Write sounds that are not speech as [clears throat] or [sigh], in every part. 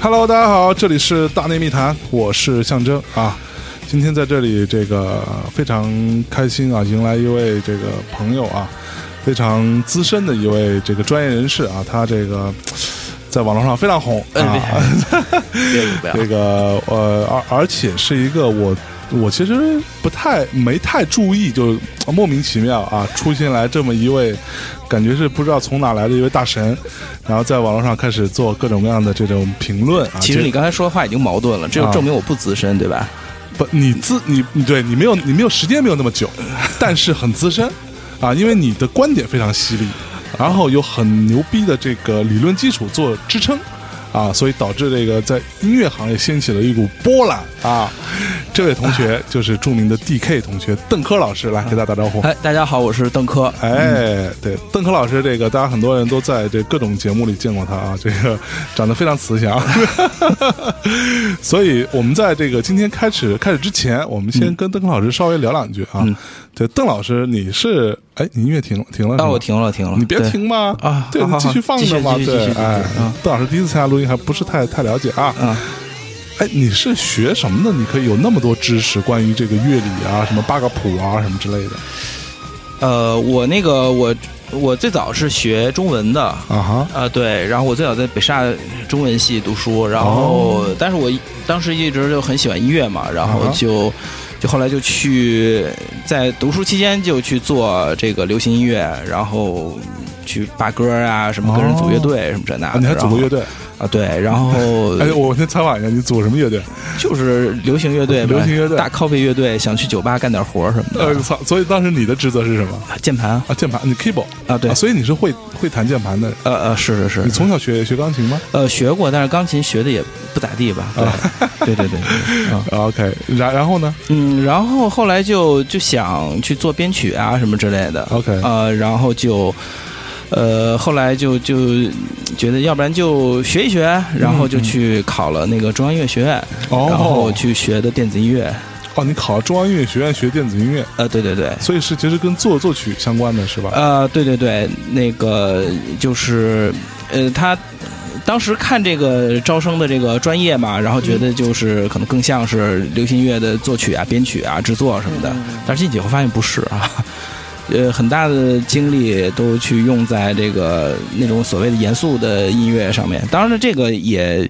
Hello，大家好，这里是大内密谈，我是象征啊。今天在这里，这个非常开心啊，迎来一位这个朋友啊，非常资深的一位这个专业人士啊，他这个在网络上非常红啊，别理不要这个呃，而而且是一个我我其实不太没太注意，就莫名其妙啊出现来这么一位，感觉是不知道从哪来的一位大神，然后在网络上开始做各种各样的这种评论啊。其实这你刚才说的话已经矛盾了，这就证明我不资深，对吧？不，你自你你对你没有你没有时间没有那么久，但是很资深啊，因为你的观点非常犀利，然后有很牛逼的这个理论基础做支撑。啊，所以导致这个在音乐行业掀起了一股波澜啊！这位同学就是著名的 DK 同学邓科老师，来给大家打招呼。哎，大家好，我是邓科。哎，对，邓科老师，这个大家很多人都在这各种节目里见过他啊，这个长得非常慈祥， [laughs] 所以我们在这个今天开始开始之前，我们先跟邓科老师稍微聊两句嗯啊。对，邓老师，你是哎，你音乐停了停了是啊，吗我，停了，停了，你别对。停嘛啊对，好你好继续放着嘛，继续继续继对，续哎继续啊，邓老师第一次参加录音还不是太太了解啊。啊，哎，你是学什么的？你可以有那么多知识关于这个乐理啊，什么八个谱啊，什么之类的呃，我那个我我最早是学中文的。啊哈。啊，对，然后我最早在北沙中文系读书，然后、但是我一当时一直就很喜欢音乐嘛，然后啊哈就、就后来就去在读书期间就去做这个流行音乐，然后去把歌啊，什么跟人组乐队、什么这那啊的，你还组过乐队？啊？对，然后哎，我先采访一下，你组什么乐队？就是流行乐队嘛，流行乐队大 copy 乐队，想去酒吧干点活儿什么呃，的，操！所以当时你的职责是什么？键盘啊啊，键盘，你 keyboard 啊，对啊，，所以你是会会弹键盘的人。呃呃，是是你是，从小学学钢琴吗呃学过，但是钢琴学的也不咋地吧，对对对对对， [laughs] 啊啊？OK，然然后呢嗯，然后后来就就想去做编曲啊什么之类的， ？OK，呃，然后就。呃，后来就就觉得，要不然就学一学，然后就去考了那个中央音乐学院，然后嗯哦去学的电子音乐。哦，你考中央音乐学院学电子音乐，呃，对对对，所以是其实跟作作曲相关的是吧？呃，对对对，那个就是，呃，他当时看这个招生的这个专业嘛，然后觉得就是可能更像是流行音乐的作曲啊、编曲啊、制作什么的，但是进去以后发现不是啊。呃，很大的精力都去用在这个那种所谓的严肃的音乐上面。当然了，这个也，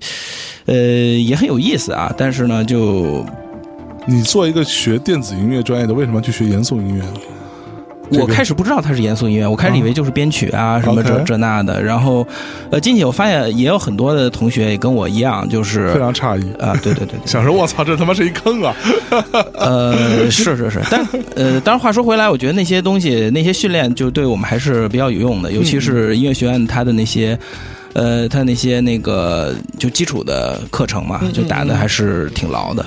呃，也很有意思啊。但是呢，就你做一个学电子音乐专业的，为什么要去学严肃音乐呢？这个我开始不知道它是严肃音乐，我开始以为就是编曲啊、什么 OK 这这那的。然后，呃，进去我发现也有很多的同学也跟我一样，就非是常诧异，啊，对对对对，想说我操，这他妈是一坑啊！呃，是是是，但呃，当然话说回来，我觉得那些东西那些训练就对我们还是比较有用的，尤嗯其是音乐学院它的那些。呃，它那些那个就基础的课程嘛，嗯就打的还是挺牢的。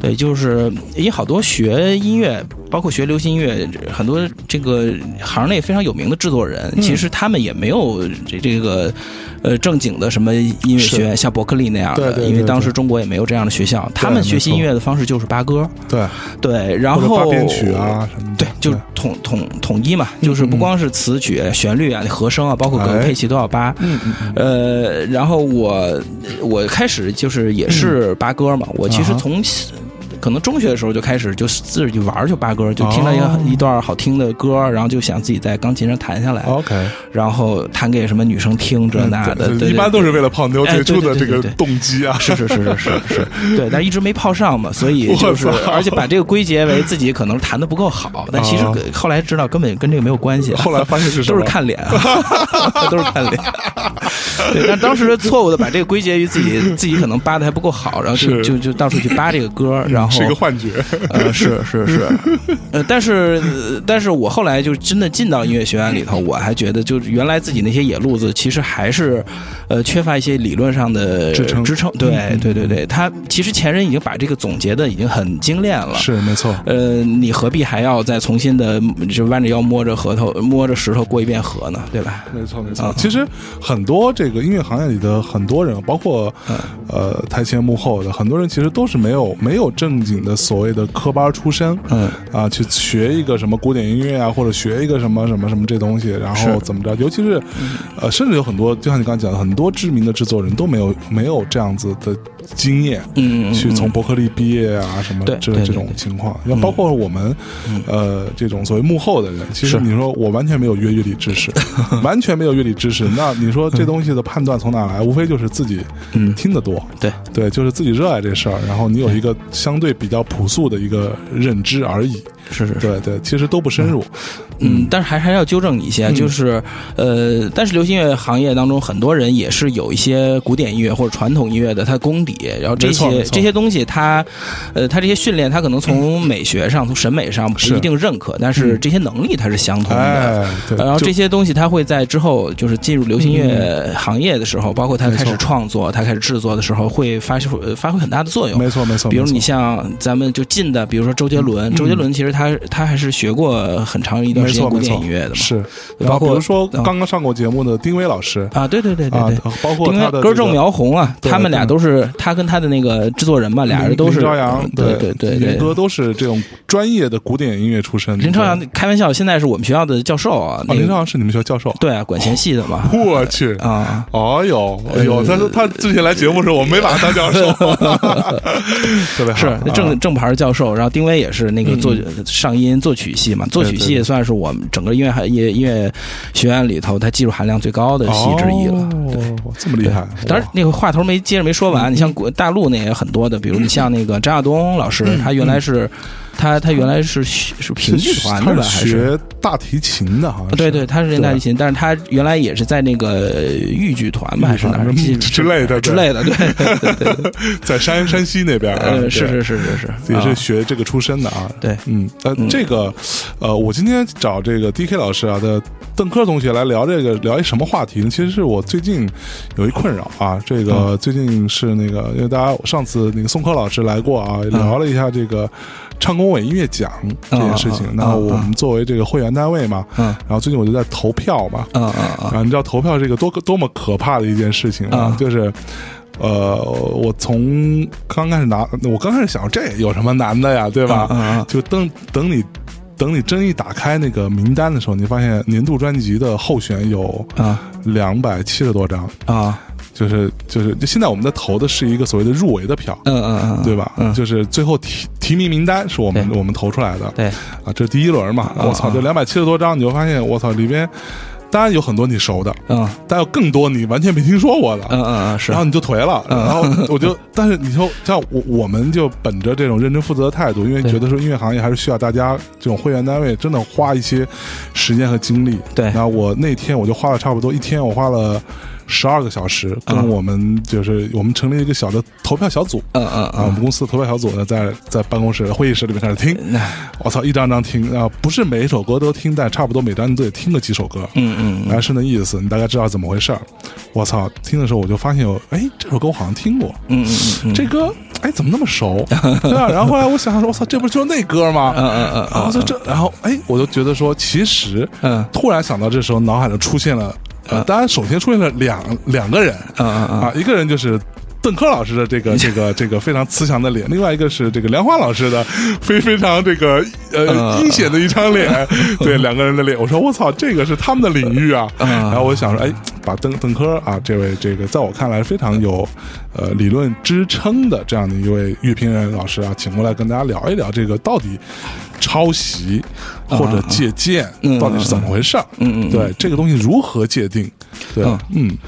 对，就是也好多学音乐，包括学流行音乐，很多这个行内非常有名的制作人，嗯其实他们也没有这这个呃正经的什么音乐是学院，像伯克利那样的，对对对因为对当时中国也没有这样的学校，他们没学习错音乐的方式就是八歌。对，对，然或者后八编曲，啊什么的，对，就统统统一嘛，就是不光是词曲、旋律啊、和声啊，包括各个哎配器都要扒。嗯嗯嗯呃，然后我我开始就是也是扒歌嘛，我其实嗯啊哈从。可能中学的时候就开始就自己玩儿就扒歌，就听到一个、哦一段好听的歌，然后就想自己在钢琴上弹下来， ，OK，然后弹给什么女生听这那的，哦嗯对一般对都是为了泡妞哎最对初的对这对个对对动机啊。是是是是是是， [laughs] 对，但一直没泡上嘛，所以就是我，操而且把这个归结为自己可能弹的不够好，但其实啊后来知道根本跟这个没有关系啊，后来发现是什都么是看脸啊， [laughs] 都是看脸。对，但当时错误的把这个归结于自己自己可能扒的还不够好，然后就是就就到处去扒这个歌，然后是一个幻觉。 [laughs] 呃，是是是，呃，但是呃但是我后来就真的进到音乐学院里头，我还觉得就是原来自己那些野路子，其实还是呃缺乏一些理论上的支撑嗯支撑，对对对对，他其实前人已经把这个总结的已经很精炼了。是没错，呃，你何必还要再重新的就弯着腰摸着核桃摸着石头过一遍河呢？对吧？没错，没啊错。其实很多这这个音乐行业里的很多人，包括呃台前幕后的很多人，其实都是没有没有正经的所谓的科班出身，嗯啊，去学一个什么古典音乐啊，或者学一个什么什么什么这东西，然后是怎么着？尤其是呃，甚至有很多，就像你刚才讲的，很多知名的制作人都没有没有这样子的经验，嗯，嗯去从嗯伯克利毕业啊，什么对这对对嗯这种情况，然后包括我们，呃，这种所谓幕后的人，其实是你说我完全没有乐乐理知 [laughs] 识，完全没有乐理知识，那你说这东西的判断从哪来？无非就是自己嗯听得多，对对，就是自己热爱这事儿，然后你有一个相对比较朴素的一个认知而已，是是是。对对，其实都不深入，嗯，但是还还要纠正你一嗯下，就是呃，但是流行音乐行业当中，很多人也是有一些古典音乐或者传统音乐的它的功底，然后这没错没些错这些东西它，呃，它这些训练，它可能从美学上、从审美上是不一定认可，但是这些能力它是相通嗯的。嗯哎，对，然后就嗯这些东西，它会在之后就是进入流行音乐行业的时候，包括它没错开始创作、它开始制作的时候，会发挥呃发挥很大的作用。没错没错，比如没错你像咱们就近的，比如说周杰嗯伦，周杰伦其实他他还是学过很长一段时间古典音乐的嘛，是，包然后比括如说嗯刚刚上过节目的丁薇老师。啊，对对对对啊对。，包括因为他的歌这个正苗红啊，对他们俩都是他跟他的那个制作人嘛，俩人都是林朝阳，对对对林对。哥都是这种专业的古典音乐出身。林朝阳对，开玩笑，现在是我们学校的教授啊，哦，那林个朝阳是你们学校教授？对啊，管弦系的嘛我去，啊，哎呦，哎呃呦，他说他之前来节目的时候，我没把他当 [laughs] 教授，特别好是啊嗯正正牌教授，然后丁薇也是那个作上音作曲系嘛，作曲对系算是我们整个音乐行业音乐学院里头，它技术含量最高的系之一了。哦，这么厉害！当然，那个话头没接着没说嗯完。你像国大陆那也很多的，比如你像那个张亚东老师，嗯他原来是，他他原来是学是是评剧团的他吧？是还是？学大提琴的，好像是对对，他是练对大提琴，但是他原来也是在那个呃豫剧团吧，还是哪什儿么记之类 [laughs] 的之类的？ [laughs] 对对对对对，在山山西那边啊，呃，啊对是是是是是，也啊是学这个出身的啊。对嗯，呃，嗯这个，呃，我今天找这个 D K 老师啊的邓科同学来聊这个聊一什么话题呢？其实是我最近有一困扰啊，这嗯个最近是那个，因为大家上次那个宋柯老师来过嗯啊，聊了一下这个唱工委音乐奖这件事情嗯。嗯那嗯我们作为这个会员单位嘛，嗯然后最近我就在投票嘛，嗯嗯嗯，啊，你知道投票是一个多多么可怕的一件事情啊啊！就是，呃，我从刚开始拿，我刚开始想这有什么难的呀，对吧？啊啊啊就等等你等你真一打开那个名单的时候，你发现年度专辑的候选有啊两百七十多张，啊，就是就是，就现在我们在投的是一个所谓的入围的票。嗯嗯嗯，对吧？嗯就是最后提提名名单是我们对我们投出来的，对，啊，这是第一轮嘛，啊我操，啊这两百七十多张，你就发现我操里边，当然有很多你熟的，嗯但有更多你完全没听说过的，嗯嗯嗯，是然后你就颓了，嗯然后我就， [laughs] 但是你说像我，我们就本着这种认真负责的态度，因为对觉得说音乐行业还是需要大家这种会员单位真的花一些时间和精力。对然后我那天我就花了差不多一天，我花了十二个小时，跟嗯我们就是我们成立一个小的投票小组。嗯嗯啊，我们嗯，公司投票小组呢，在在办公室会议室里面开始听，那我操，一张张听啊，不是每一首歌都听，但差不多每张你都得听个几首歌。嗯嗯嗯男生的意思，你大概知道怎么回事儿。我操，听的时候我就发现有，哎，这首歌我好像听过，嗯嗯嗯，这歌哎怎么那 [laughs] 么熟，对吧？然后后来我想想说，我操，这不就是那歌吗？嗯嗯嗯然后就这，然后哎，我就觉得说，其实嗯突然想到这时候，脑海里出现了，呃，当然首先出现了两两个人嗯嗯嗯。啊，一个人就是。邓科老师 [laughs] 的这个这个这个非常慈祥的脸，另外一个是这个梁华老师的非非常这个呃嗯阴险的一张脸，对两个人的脸，我说我操，这个是他们的领域啊，嗯然后我想说，哎，把邓邓科啊，这位这个在我看来非常有呃理论支撑的这样的一位乐评人老师啊，请过来跟大家聊一聊这个到底抄袭或者借鉴嗯到底是怎么回事儿？嗯嗯嗯对这个东西如何界定？对嗯，嗯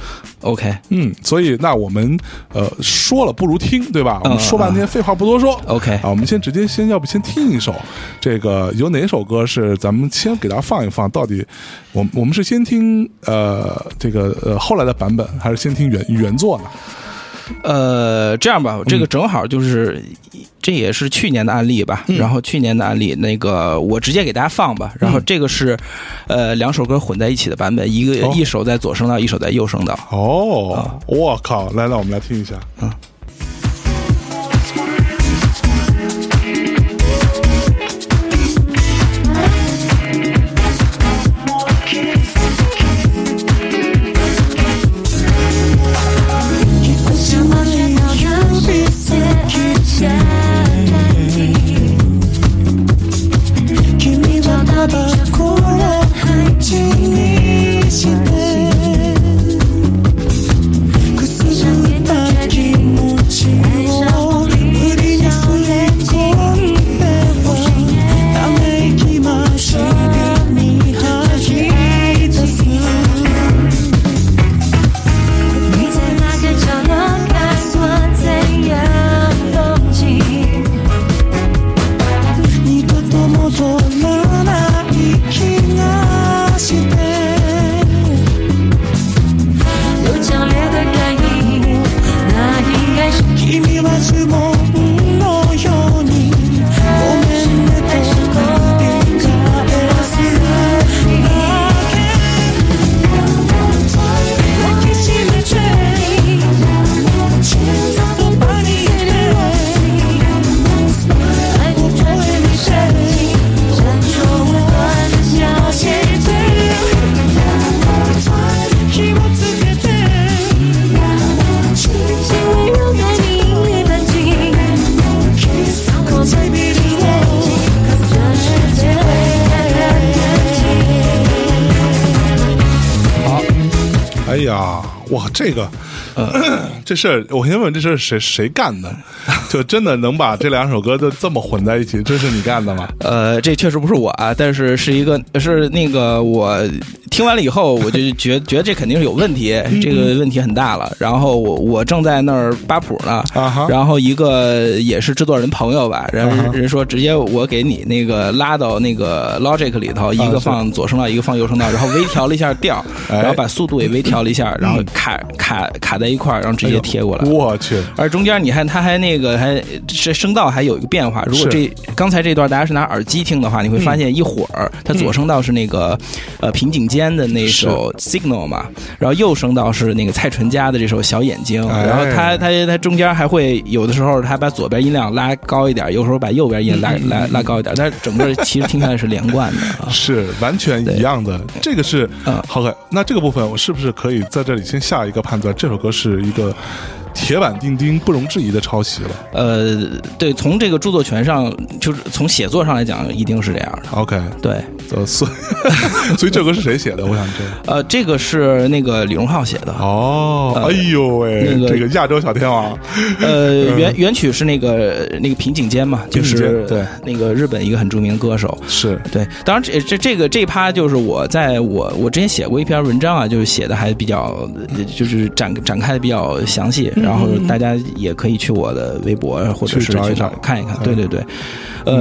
OK 嗯，所以那我们呃说了不如听，对吧？我们嗯说半天废话不多说。 OK，啊，我们先直接先，要不先听一首，这个有哪首歌是咱们先给大家放一放？到底我我们是先听呃这个呃后来的版本，还是先听原原作呢？呃，这样吧，这个正好就是，这也是去年的案例吧。然后去年的案例，那个我直接给大家放吧。然后这个是，呃，两首歌混在一起的版本，一个、哦一首在左声道，一首在右声道。哦，我靠！来来，我们来听一下。 Thank 哎哇，这个，嗯 [clears throat] 这事儿，我先问这事儿谁谁干 [laughs] 的？就真的能把这两首歌就这么混在一起，这是你干的吗？呃，这确实不是我啊，但是是一个是那个我听完了以后，我就觉觉得这肯定是有问题，嗯这个问题很大了。然后我我正在那儿扒谱呢，啊哈，然后一个也是制作人朋友吧，人、啊哈人说直接我给你那个拉到那个 Logic 里头，一啊是个放左声道，一个放右声道，然后微调了一下调，哎然后把速度也微调了一下，然后卡卡卡在一块儿，然后 [laughs] 哎直接贴过来。我去，而中间你看，它还那个还这声道还有一个变化。如果是嗯这刚才这段大家是拿耳机听的话，你会发现一会儿它左声道是那个、呃平井坚的那首 Signal 嘛，然后右声道是那个蔡淳佳的这首小眼睛，哎然后它它它中间还会有的时候它把左边音量拉高一点，有时候把右边音嗯拉、拉拉高一点，但是整个其实听下来是连贯的 [laughs] 啊。是完全一样的。这个是嗯好，OK，那这个部分我是不是可以在这里先下一个判断？这首歌是一个铁板钉钉、不容置疑的抄袭了。呃，对，从这个著作权上，就是从写作上来讲，一定是这样的。 OK，对，呃，所以 [laughs] 所以这首歌是谁写的？我想知道。呃，这个是那个李荣浩写的，哦，哎呦喂嗯那，个这个亚洲小天王，呃，原原曲是那个那个平井坚嘛，就嗯平是井坚对那个日本一个很著名的歌手。是对，当然这这这个这一趴就是我在我我之前写过一篇文章啊，就是写的还比较就是展展开的比较详细，然后大家也可以去我的微博或者嗯去是找一去哪找看一看嗯。对对对，呃。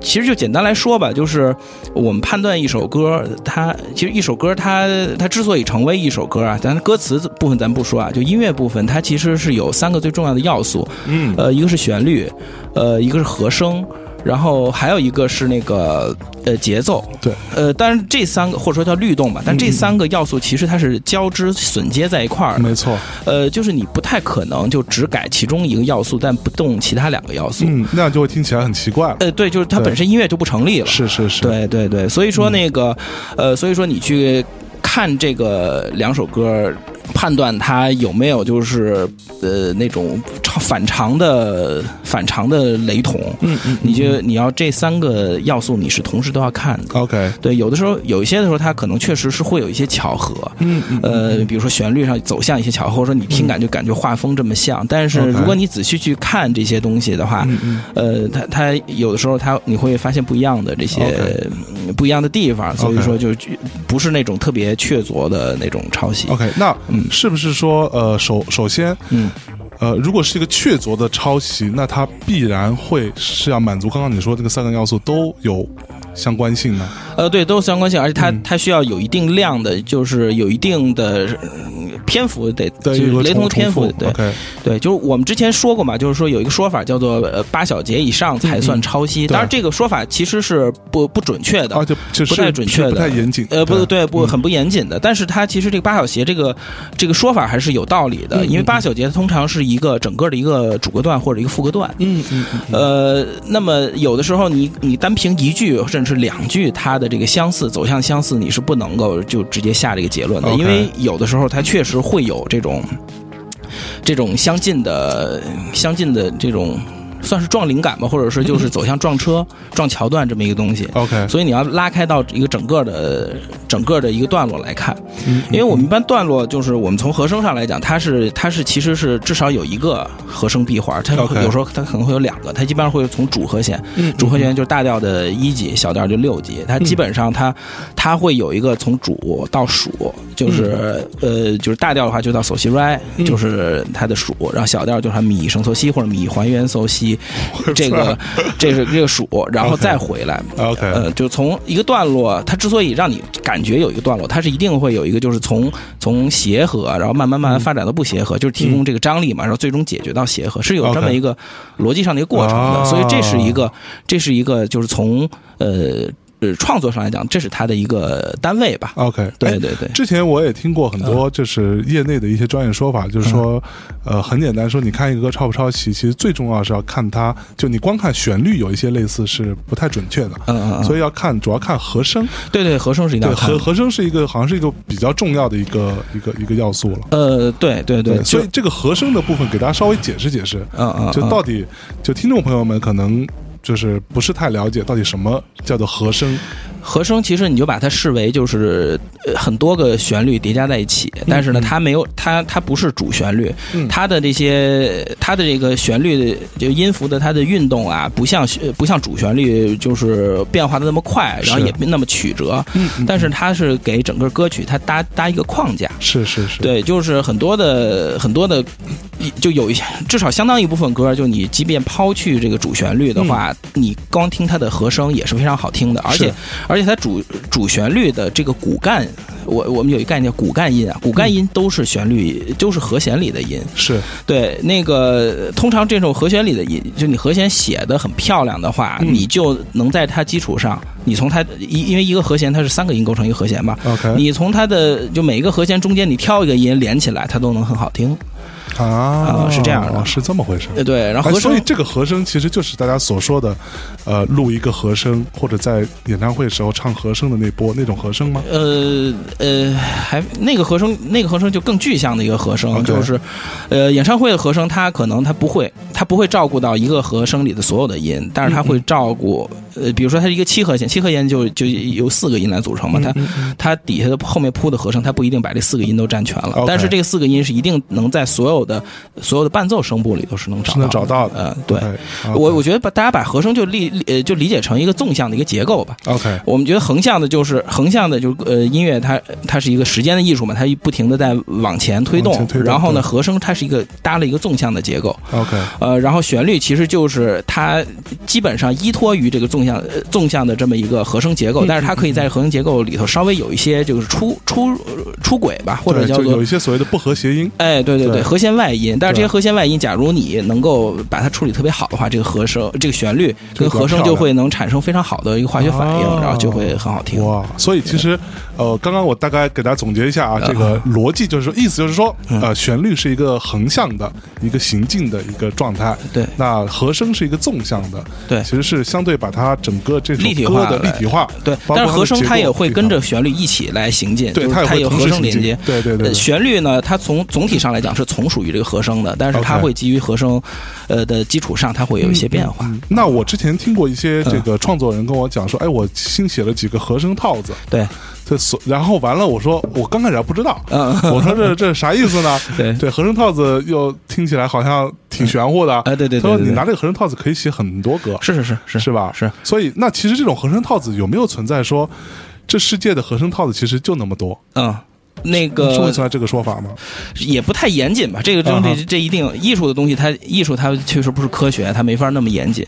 其实就简单来说吧，就是我们判断一首歌，它其实一首歌它它之所以成为一首歌啊，咱歌词部分咱不说啊，就音乐部分，它其实是有三个最重要的要素，嗯，呃，一个是旋律，呃，一个是和声，然后还有一个是那个呃节奏，对，嗯呃，当然这三个或者说叫律动吧，但这三个要素其实它是交织榫接在一块儿的，没错，呃，就是你不太可能就只改其中一个要素，但不动其他两个要素，嗯，那样就会听起来很奇怪了。呃，对，就是它对本身音乐就不成立了，是是是，对对对，所以说那个，呃，所以说你去看这个两首歌，判断它有没有就是呃那种超反常的反常的雷同，嗯嗯你就你要这三个要素你是同时都要看的。 ，OK，对，有的时候有一些的时候，它可能确实是会有一些巧合，嗯嗯呃，比如说旋律上走向一些巧合，或者说你听感就感觉画风这么像，但是 OK 如果你仔细去看这些东西的话，嗯嗯，呃，它它有的时候它你会发现不一样的这些 OK 嗯不一样的地方，所以 OK 说就不是那种特别确凿的那种抄袭。 OK，那嗯是不是说呃，首首先，嗯，呃，如果是一个确凿的抄袭，那它必然会是要满足刚刚你说这个三个要素都有相关性呢？呃，对，都有相关性，而且它、嗯它需要有一定量的，就是有一定的嗯篇幅得，就对，是有个雷同的重篇重幅复，，对 OK，对，就是我们之前说过嘛，就是说有一个说法叫做呃八小节以上才算抄袭，嗯当然对这个说法其实是不不准确的，而且啊就是不太准确的不太严谨，呃，不对，不嗯很不严谨的。但是它其实这个八小节这个这个说法还是有道理的，嗯因为嗯八小节通常是一个整个的一个主歌段或者一个副歌段。嗯嗯嗯嗯呃，那么有的时候你你单凭一句甚至是两句，它的这个相似走向相似，你是不能够就直接下这个结论的， OK 因为有的时候它确实会有这种这种相近的相近的这种算是撞灵感吧，或者是就是走向撞车、撞桥段这么一个东西。呃，OK，所以你要拉开到一个整个的整个的一个段落来看，嗯因为我们一般段落就是我们从和声上来讲，它是它是其实是至少有一个和声闭环，它 OK 有时候它可能会有两个，它基本上会从主和弦，嗯主和弦就是大调的一级，小调就六级，它基本上它它会有一个从主到属，就是呃就是大调的话就到索西 re，嗯就是它的属，然后小调就是它米升索西或者米还原索西，这个这是这个属，然后 OK 再回来。 OK，呃，就从一个段落，它之所以让你感觉有一个段落，它是一定会有一个，就是从从协和，然后慢慢嗯慢慢发展到不协和，就是提供这个张力嘛，然后最终解决到协和，是有这么 OK 一个逻辑上的一个过程的。啊所以这是一个，这是一个，就是从呃呃创作上来讲，这是它的一个单位吧。 OK，哎对对对，之前我也听过很多，就是业内的一些专业说法，就是说，嗯呃，很简单说，你看一个歌抄不抄袭，其实最重要是要看它，就你光看旋律有一些类似是不太准确的，嗯嗯嗯，所以要看主要看和声，对对，和声是一定对要看的和和声是一个好像是一个比较重要的一个一个一个要素了。呃，对对对，所就以这个和声的部分给大家稍微解释解释，嗯嗯，就嗯到底就听众朋友们可能就是不是太了解到底什么叫做和声，和声其实你就把它视为就是呃很多个旋律叠加在一起，但是呢，它没有它它不是主旋律，嗯它的这些它的这个旋律的就音符的它的运动啊，不像旋不像主旋律就是变化的那么快，然后是也没那么曲折，嗯嗯但是它是给整个歌曲它搭搭一个框架。是是是，对，就是很多的很多的，一就有一些至少相当一部分歌，就你即便抛去这个主旋律的话，你光听它的和声也是非常好听的，而且嗯是而且它主主旋律的这个骨干，我我们有一个概念叫骨干音啊，骨嗯干音都是旋律，都是和弦里的音。是对，那个通常这种和弦里的音，就你和弦写的很漂亮的话，嗯你就能在它基础上，你从它因因为一个和弦它是三个音构成一个和弦嘛， OK 你从它的就每一个和弦中间，你挑一个音连起来，它都能很好听。啊啊是这样的哦是这么回事。呃，对，然后哎和声所以，这个和声其实就是大家所说的，呃，录一个和声，或者在演唱会时候唱和声的那波那种和声吗？呃呃，还那个和声，那个和声就更具象的一个和声 OK 就是，呃，演唱会的和声，它可能它不会，它不会照顾到一个和声里的所有的音，但是它会照顾，呃，比如说它是一个七和弦，七和弦就就由四个音来组成嘛，嗯它它底下的后面铺的和声，它不一定把这四个音都占全了 OK 但是这个四个音是一定能在所有的所有的伴奏声部里头是能找是能找到的。呃，对。 OK，OK 我我觉得把大家把和声就理理呃就理解成一个纵向的一个结构吧。 OK 我们觉得横向的就是横向的就是呃音乐它它是一个时间的艺术嘛，它不停的在往前推动往前。推动然后呢，对和声它是一个搭了一个纵向的结构， OK，呃，然后旋律其实就是它基本上依托于这个纵向呃纵向的这么一个和声结构，嗯但是它可以在和声结构里头稍微有一些就是出出呃出轨吧，或者对叫就做有一些所谓的不和谐音。哎，对对对，对和弦外音，但是这对些和弦外音，假如你能够把它处理特别好的话，这个和声、这个旋律就比跟较和声就会能产生非常好的一个化学反应，哦然后就会很好听。哇，所以其实，呃，刚刚我大概给大家总结一下啊，这个逻辑就是说，意思就是说，嗯呃，旋律是一个横向的一个行进的一个状态，对那和声是一个纵向的，对其实是相对把它整个这首立体歌化的立来体化，对，包括但是它的和声结它也构会立体跟化着旋律一起来行进，对就是它也它会有同和时声行连进接。对对对呃对旋律呢，它从总体上来讲是从属于这个和声的，但是它 OK 嗯会基于和声，呃的基础上，它会有一些变化。那我之前听过一些嗯这个创作人跟我讲说，哎，我新写了几个和声套子，对，这所然后完了，我说我刚开始还不知道，嗯，我说这这啥意思呢？ [laughs] 对对，和声套子又听起来好像挺玄乎的，哎对对对他说对你对拿这个和声套子可以写很多歌，是是是是是吧？是。所以那其实这种和声套子有没有存在说？这世界的和声套子其实就那么多，嗯，那是会个存在这个说法吗？也不太严谨吧。这个东啊西，这一定艺术的东西它，艺术它确实不是科学，它没法那么严谨。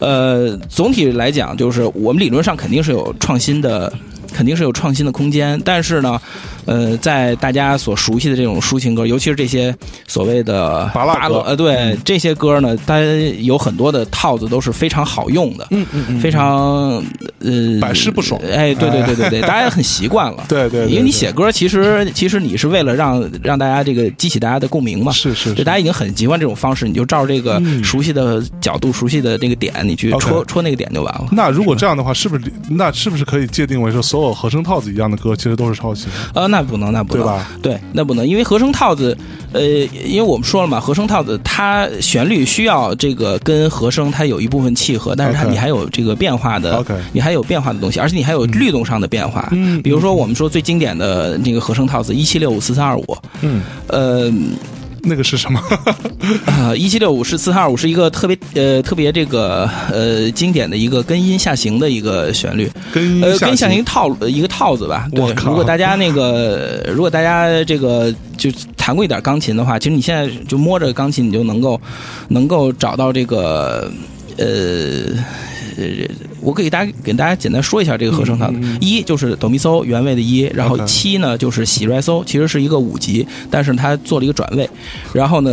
呃，总体来讲，就是我们理论上肯定是有创新的，肯定是有创新的空间。但是呢，呃，在大家所熟悉的这种抒情歌，尤其是这些所谓的拔蜡歌呃，对这些歌呢，它有很多的套子都是非常好用的，嗯嗯嗯非常呃百试不爽哎，对对对对对，大家也很习惯了。 [laughs] 对对对因为你对写歌，其实其实你是为了让让大家这个激起大家的共鸣嘛。是是对，是大家已经很习惯这种方式，你就照着这个嗯熟悉的角度、熟悉的这个点，你去 OK 戳戳那个点就完了。那如果这样的话，是不是那是不是可以界定为说所有和声套子一样的歌其实都是抄袭？呃，那不能，那不能，对吧那不能，因为和声套子，呃，因为我们说了嘛，和声套子它旋律需要这个跟和声它有一部分契合，但是它 OK 你还有这个变化的 OK 你还有变化的东西，而且你还有律动上的变化。嗯比如说我们说最经典的那个和声套子一七六五四三二五，嗯，呃，那个是什么？ [laughs] 一七六五是四三二五是一个特别呃特别这个呃经典的一个根音下行的一个旋律，跟呃，下跟下棋行套呃一个套子吧。对我，靠如果大家那个，如果大家这个就弹过一点钢琴的话，其实你现在就摸着钢琴，你就能够能够找到这个呃。呃我给大家给大家简单说一下这个和声套子嗯嗯嗯，一就是哆咪嗦原位的一，然后 OK 七呢就是喜来嗦，其实是一个五级，但是它做了一个转位，然后呢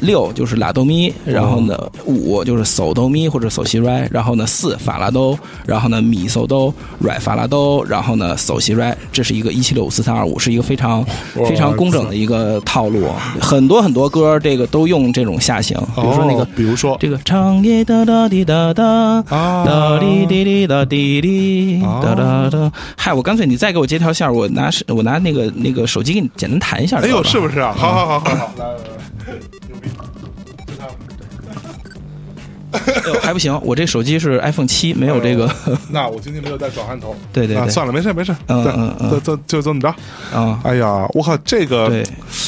六就是拉哆咪，然后哦呢五就是手哆咪或者手西来，然后呢四法拉哆，然后呢米手哆软法拉哆，然后呢手西来，这是一个一七六五四三二五，是一个非常哇非常工整的一个套路，很多很多歌这个都用这种下行，比如说那个哦。比如说这个长夜哒哒滴哒哒，啊哒滴滴滴哒滴滴哦哒哒哒。嗨，我干脆你再给我接条线儿，我拿手我拿那个那个手机给你简单弹一下。哎好呦，吧是不是啊？好好好好好，来来来，牛逼！哎呦还不行，我这手机是 iPhone 七，没有这个。那我今天没有带转换头， [laughs] 对对啊，对，算了，没事没事，嗯对嗯嗯就就就这么着。啊、哎呀，我靠，这个对，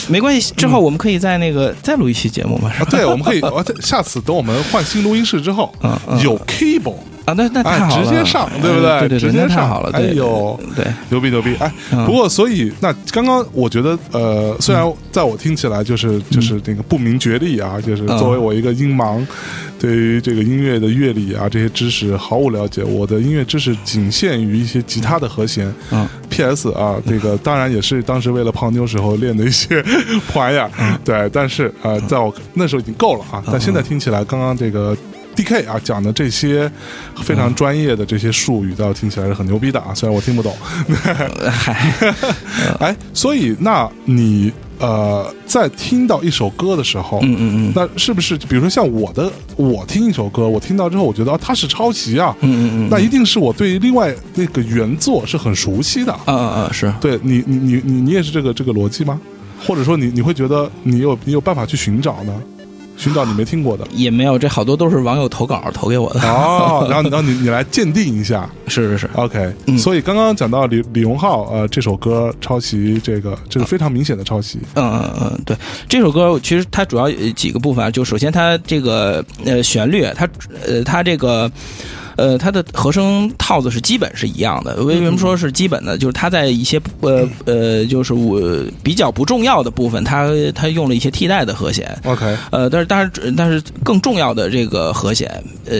没关系，之后我们可以在那个、再录一期节目嘛，是啊吧？，对，我们可以，啊这下次等我们换新录音室之后嗯嗯，有 cable，啊，那那太哎好了，直接上对不对哎对对对，直接那太上好了，哎对，呦对，对 [laughs] 牛逼牛逼！哎，嗯不过所以那刚刚我觉得，呃，虽然在我听起来就是就是那个不明觉厉啊，就是嗯作为我一个音盲，对于这个音乐的乐理啊这些知识毫无了解，我的音乐知识仅限于一些吉他的和弦。嗯 P.S. 啊，这个当然也是当时为了泡妞时候练的一些 [laughs] 破玩意儿，嗯对，但是呃，在我那时候已经够了啊，但现在听起来，刚刚这个 D.K. 啊讲的这些非嗯常专业的这些术语，在我听起来是很牛逼的啊，虽然我听不懂。呃嗨，哎，所以那你呃，在听到一首歌的时候，嗯嗯嗯 [laughs] 那是不是比如说像我的，我听一首歌，我听到之后，我觉得啊，它是抄袭啊，嗯嗯嗯，那一定是我对另外那个原作是很熟悉的。嗯嗯嗯是，对你，你你你你也是这个这个逻辑吗？或者说你你会觉得你有你有办法去寻找呢？寻找你没听 [laughs] 过的也没有，这好多都是网友投稿投给我的，哦，然后然后你你来鉴定一下是是是， ，OK、嗯所以刚刚讲到李李荣浩呃这首歌抄袭这个这个非常明显的抄袭，嗯嗯嗯，对，这首歌其实它主要呃几个部分啊，就首先它这个呃旋律，它呃它这个。呃，它的和声套子是基本是一样的。为什么说是基本呢？就是它在一些呃呃，就是我比较不重要的部分，它它用了一些替代的和弦。 OK，呃，但是但是但是更重要的这个和弦，呃，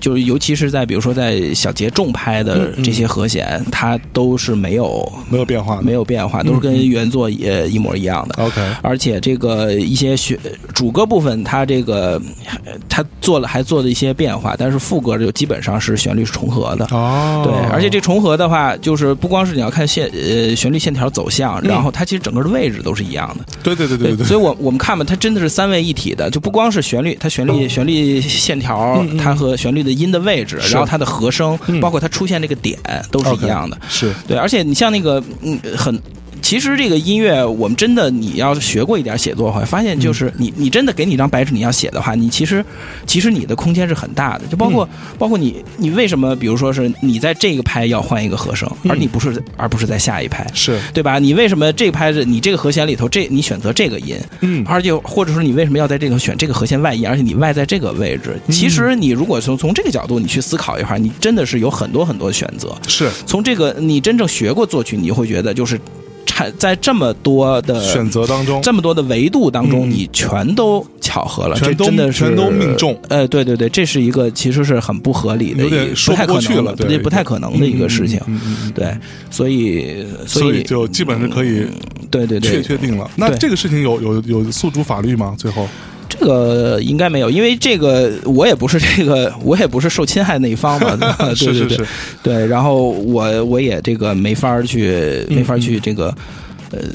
就是尤其是在比如说在小节重拍的嗯嗯这些和弦，它都是没有没有变化的，没有变化，都是跟原作也一模一样的。 OK，而且这个一些学主歌部分，它这个呃它做了还做了一些变化，但是副歌就基本上是旋律是重合的。哦，对，而且这重合的话，就是不光是你要看线呃旋律线条走向，然后它其实整个的位置都是一样的。对对对嗯对对，所以我我们看吧，它真的是三位一体的，就不光是旋律，它旋哦律旋律线条，它和旋律的音的位置，嗯是然后它的和声，嗯包括它出现这个点都是 OK，一样的。是对，而且你像那个，嗯，很。其实这个音乐，我们真的你要是学过一点写作的话，发现就是你你真的给你一张白纸，你要写的话，你其实其实你的空间是很大的，就包括、包括你你为什么，比如说是你在这个拍要换一个和声，而你不是而不是在下一拍，是，对吧？你为什么这拍子你这个和弦里头这你选择这个音，嗯而且或者说你为什么要在这个选这个和弦外移，而且你外在这个位置？其实你如果从从这个角度你去思考一下，你真的是有很多很多选择。是从这个你真正学过作曲，你会觉得就是产在这么多的选择当中，呃这么多的维度当中，嗯你全都巧合了，全这都真的是全都命中。呃，对对对，这是一个其实是很不合理的，有点一说不太不过可去能了不对不太可能的一个事情。嗯嗯嗯嗯对，所以所所以就基本上可以对对对确，确定了。那对这个事情有有有诉诸法律吗？最后这个应该没有，因为这个我也不是这个， [laughs] 我也不是受侵害那一方 [laughs] 嘛，对是对是对是，对。然后我我也这个没法儿去没嗯法儿去这个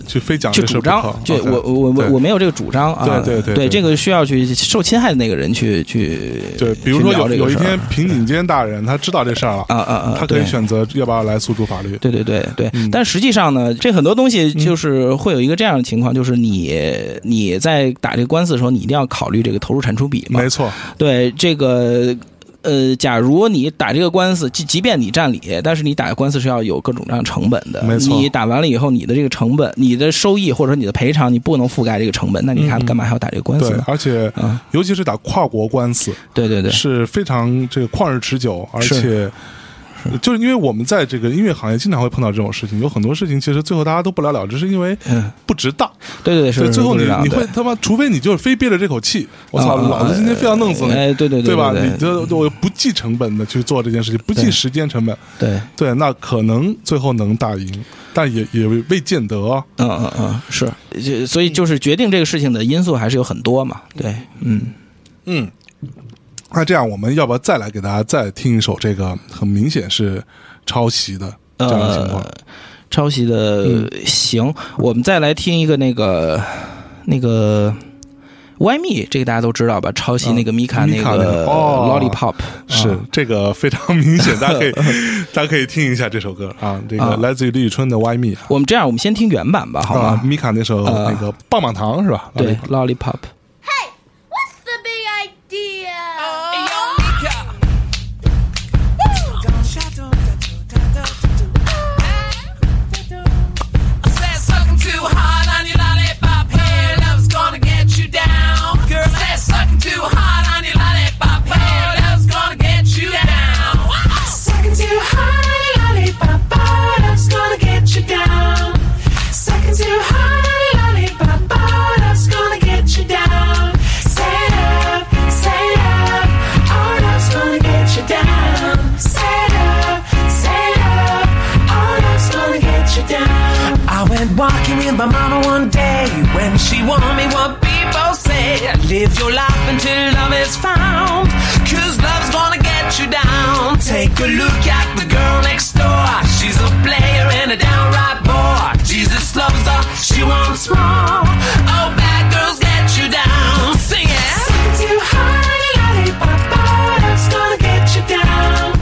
去非讲去啊这事主不张可，。就 OK 我我我对我没有这个主张啊，对对对对这个需要去受侵害的那个人去去对，比如说去聊这有个有一事儿天平井坚大人他知道这事儿了，嗯啊啊啊，他可以对选择要不要来诉诸法律。对对对对，嗯但实际上呢，这很多东西就是会有一个这样的情况，就是你你在打这个官司的时候，你一定要考虑这个投入产出比嘛没。错，对这个。呃，假如你打这个官司，即即便你占理，但是你打官司是要有各种各样的成本的。没错你打完了以后，你的这个成本、你的收益或者说你的赔偿，你不能覆盖这个成本，那你还嗯嗯干嘛还要打这个官司对呢，？而且啊，尤其是打跨国官司对对对，是非常这个旷日持久，而是且。就是因为我们在这个音乐行业经常会碰到这种事情，有很多事情其实最后大家都不了了之，是因为嗯，不值当。对对对，是对，是最后是你这样你对会他妈，除非你就是非憋着这口气，我操，啊啊老子今天非要弄死你，哎，对对对吧？对你这我不计成本的去做这件事情，不计对时间成本，对，对，那可能最后能打赢，但也也未见得啊。嗯嗯嗯，是，就所以就是决定这个事情的因素还是有很多嘛。对，嗯，嗯，那这样我们要不要再来给大家再听一首这个很明显是抄袭的这样的情况？嗯呃，抄袭的、行，我们再来听一个那个那个 Y Me，这个大家都知道吧？抄袭那个米卡嗯米卡那个个哦 Lollipop，、是、啊这个非常明显，大 [laughs] 家可以大家可以听一下这首歌啊，这个啊来自于李宇春的《Why Me》我们这样，我们先听原版吧，好啊吗？，米卡那首啊那个棒棒糖是吧？啊对，，Lollipop。 Hey, what's the big idea? Live your life until love is found. Cause love's gonna get you down. Take a look at the girl next door. She's a player and a downright bore. Jesus loves her, she wants more. Oh, bad girls get you down. Sing it. Something too high, lollipop, that's gonna get you down.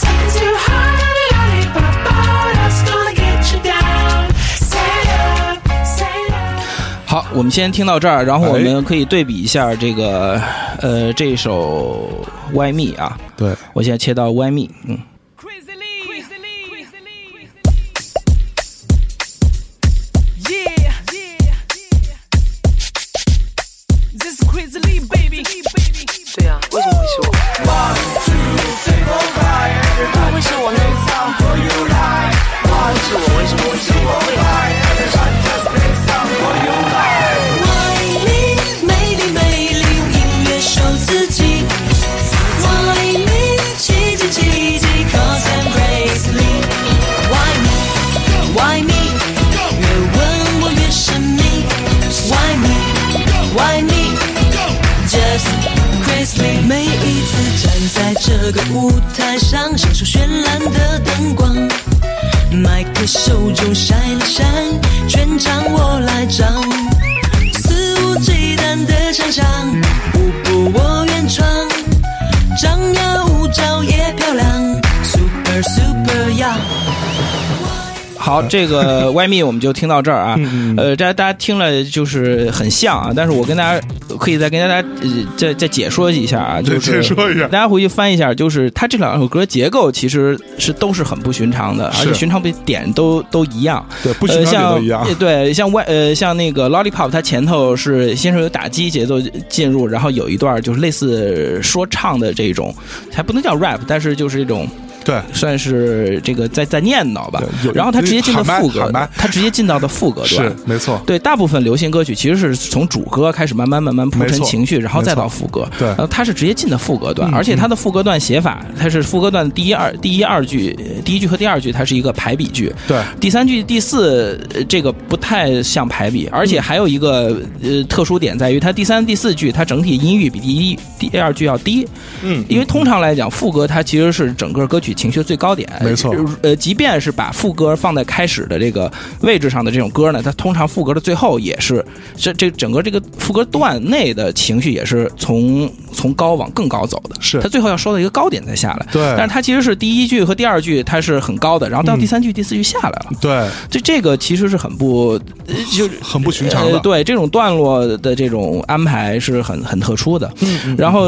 Something too high, lollipop, that's gonna get you down. Say love, say love. 好，我们先听到这儿，然后我哎们可以对比一下这个，呃，这首《Why Me》啊，对，我现在切到《Why Me》，嗯， Quizzily. Quizzily. Yeah. Yeah. This is Quizzily, baby. 对呀、为什么会是我？为什么会是我呢？为什么为什么会是我？ Why me？美丽美丽，用音乐秀自己。Why me？奇迹奇迹，Cause I'm crazy。Why me？Why me？越问我越神秘。Why me？Why me？Just crazy。每一次站在这个舞台上，享受绚烂的灯光。麦克手中闪了闪，全场我来掌，肆无忌惮的想象，舞步我原创，张牙舞爪也漂亮，super super 呀、 [laughs] 好，这个 Why Me 我们就听到这儿啊，嗯呃，大家大家听了就是很像啊，但是我跟大家可以再跟大家、呃、再再解说一下啊，就对是解说一下大家回去翻一下，就是它这两首歌结构其实是都是很不寻常的，而且是寻常的点都都一样，对，不寻呃常像点都一样呃。对，像外呃，像那个 Lollipop，它前头是先是有打击节奏进入，然后有一段就是类似说唱的这种，还不能叫 rap，但是就是一种对，算是这个在在念叨吧对。有然后它直接进到副歌喊麦喊麦，它直接进到的副歌段是。没错。对，大部分流行歌曲其实是从主歌开始慢慢慢慢铺没陈错情绪，然后再到没错副歌。对嗯然后它是直接进的副歌段，而且它的副歌段写法，它是副歌段的第一二第一二句，呃第一句和第二句它是一个排比句，对，第三句、第四呃这个不太像排嗯比，而且还有一个呃特殊点在于，它第三、第四句它整体音域比第一、第二句要低。嗯，因为通常来讲，副歌它其实是整个歌曲情绪的最高点。没错呃，即便是把副歌放在开始的这个位置上的这种歌呢，它通常副歌的最后也是这这整个这个副歌段内的情绪也是从从高往更高走的。是它最后要收到一个高点再下来。对嗯但是它其实是第一句和第二句它是很高的，然后到第三句、第四句下来了。对，这这个其实是很不，呃就是很不寻常呃的。对这种段落的这种安排是很很特殊的。嗯，然后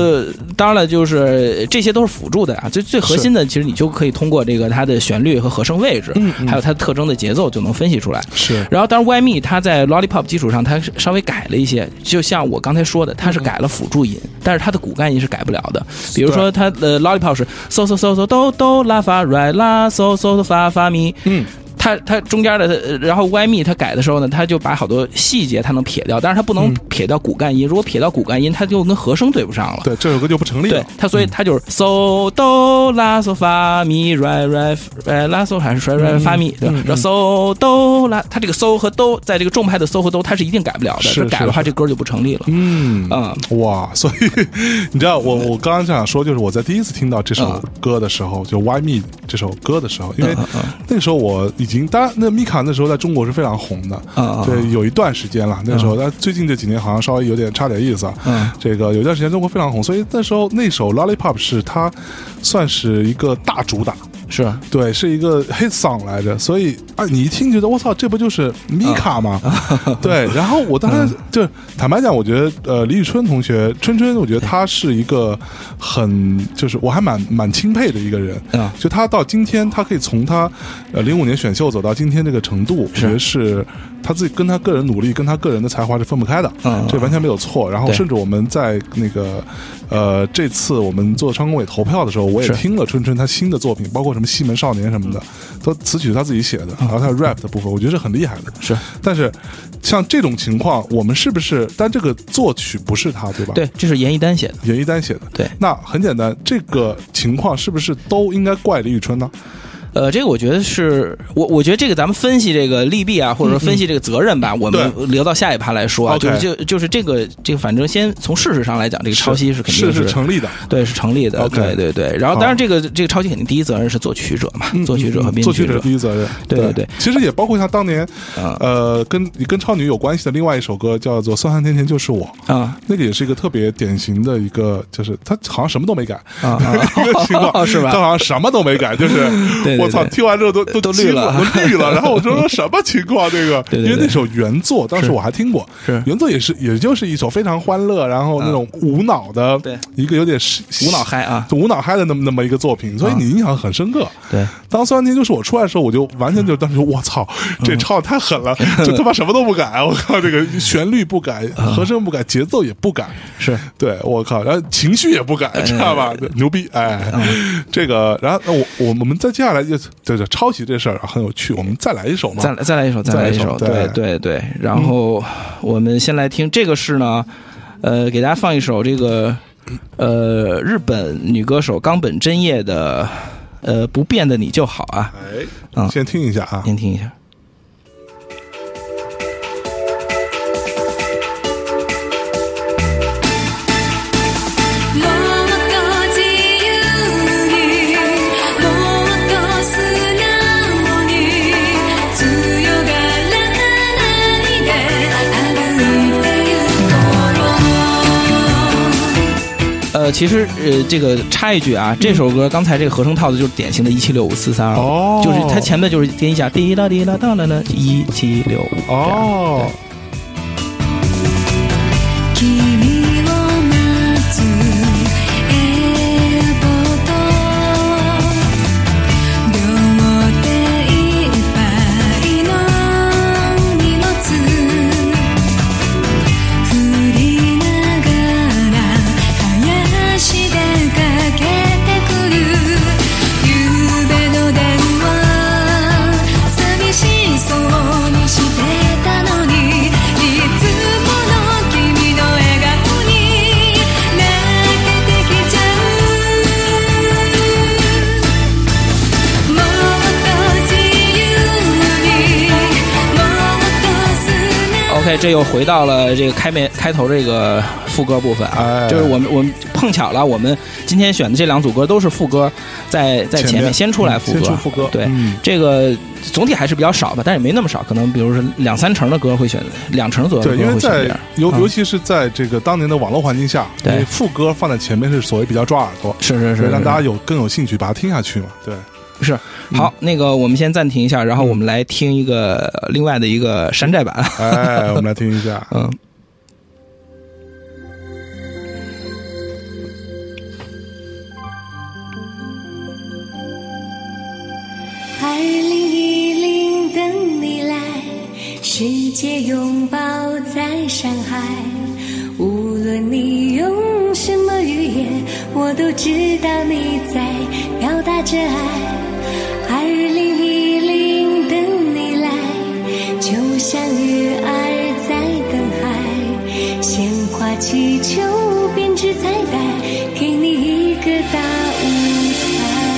当然了，就是这些都是辅助的啊，最最核心的，其实你就可以通过这个它的旋律和和声位置，还有它特征的节奏就能分析出来。嗯是然后，当然，Why Me 它在 Lollipop 基础上，它是稍微改了一些，就像我刚才说的，它是改了辅助音，但是它的骨干音是改不了的。比如说，它的 Lollipop 是 so so so so do do la fa re la so so so fa fa mi，嗯，它它中间的，呃然后 Why Me 它改的时候呢，它就把好多细节它能撇掉，但是它不能撇掉骨干音，如果撇掉骨干音，它就跟和声对不上了。对，这首歌嗯就不成立对了。它，所以它就是 so do la so fa mi re re re la so 呃还是 re 嗯 re fa mi，对吧？然后 so do la，它这个 so 和 do 在这个重拍的 so 和 do，它是一定改不了的。是这改是的话，这歌就不成立了。嗯啊，哇，所以你知道我我刚刚想说，就是我在第一次听到这首嗯歌的时候，就《Why Me》这首歌的时候，因为嗯嗯那时候我已经，当然那米卡那时候在中国是非常红的嗯嗯，对，有一段时间了，那时候，但最近这几年好像稍微有点差点意思啊。嗯这个有一段时间中国非常红，所以那时候那首《Lollipop》是它算是一个大主打，是对，是一个 hit song 来着，所以啊，你一听觉得我操，这不就是米卡吗？对，然后我当时就坦白讲，我觉得呃，李宇春同学，春春，我觉得他是一个很就是我还蛮蛮钦佩的一个人嗯，就他到今天，他可以从他呃零五年选秀走到今天这个程度，我觉得是他自己跟他个人努力跟他个人的才华是分不开的嗯，这完全没有错。然后对甚至我们在那个呃这次我们做张工委投票的时候，我也是嗯听了春春他新的作品，包括什么《西门少年》什么的，都词曲他自己写的，然后他 rap 的部分，我觉得是很厉害的。是，但是像这种情况，我们是不是？但这个作曲不是他，对吧？对，，这是严一丹写的。严一丹写的。对那很简单，这个情况是不是都应该怪李宇春呢？呃，这个我觉得是我，我觉得这个咱们分析这个利弊啊，或者说分析这个责任吧，我们留到下一趴来说啊。就嗯 OK 是就就是这个这个，反正先从事实上来讲，这个抄袭是肯定是是成立的，对，是成立的。对 OK 对对。然后，好嗯当然这个这个抄袭肯定第一责任是作曲者嘛，作曲者和编作曲曲者第一责任，对对啊对其实也包括像当年，呃，跟跟超女有关系的另外一首歌叫做《三三天前就是我》啊，那个也是一个特别典型的一个，就是他好像什么都没改啊 [laughs] 一个情 [laughs] 况，是吧他好像什么都没改，就是对对 [laughs] 我操，对听完之后都都都惊绿了我绿了。然后 [laughs] 我说什么情况？这个，对对因为对那首原作当时我还听过，是啊原作也是，也就是一首非常欢乐，然后那种无脑的，对一个有点无脑嗨啊就无脑嗨的那么那么一个作品，所以你印象很深刻。对，当《酸甜就是我出来的时候，我就完全就当时说，我操，嗯这唱得太狠 [laughs] 了，这他妈什么都不改，我靠，这个旋律不改，和声不改，节奏也不改，嗯是哎对我靠，然后情绪也不改，知道吧？牛逼，哎，嗯这个，然后我我我们再接下来就就是抄袭这事儿啊很有趣，我们再来一首嘛，再来再来一首，再再来来一一首，首对对对。然后我们先来听这个是呢，呃，给大家放一首这个呃日本女歌手冈本真叶的呃不变的你就好啊，哎，嗯先听一下啊，先听一下。 「もっと自由にもっと素直に」「強がらないで歩いてゆこう」呃，其实呃，这个插一句嗯啊，这首歌刚才这个合成套的就是典型的一七六五四三二，哦就是它前面就是颠一下滴答滴答当当当一七六五，哦， 「君を待つエアポート」「両手いっぱいの荷物」「振りながら林でかけてくる」「夕べの電話寂しそうにしてたのに」「いつもの君の笑顔に泣けてきちゃう」「もっと自由にもっと素直に」 OK，这又回到了这个开面开头这个副歌部分啊，哎就是我们我们碰巧了，我们今天选的这两组歌都是副歌，在在前前面面先出来副歌，先出副歌对，嗯这个总体还是比较少吧，但是也没那么少，可能比如说两三成的歌会选，两成左右的对，因歌为会选这在样。尤嗯尤其是在这个当年的网络环境下，对因为副歌放在前面是所谓比较抓耳朵，是是所是，以让是大家有嗯更有兴趣把它听下去嘛，对。是好，那个我们先暂停一下，然后我们来听一个呃另外的一个山寨版。。[laughs] 哎，我们来听一下 [laughs] 嗯，二零一零等你来，世界拥抱在上海。无论你用什么语言，我都知道你在表达着爱。二零一零等你来，就像鱼儿在等海，鲜花气球编织彩带，给你一个大舞台。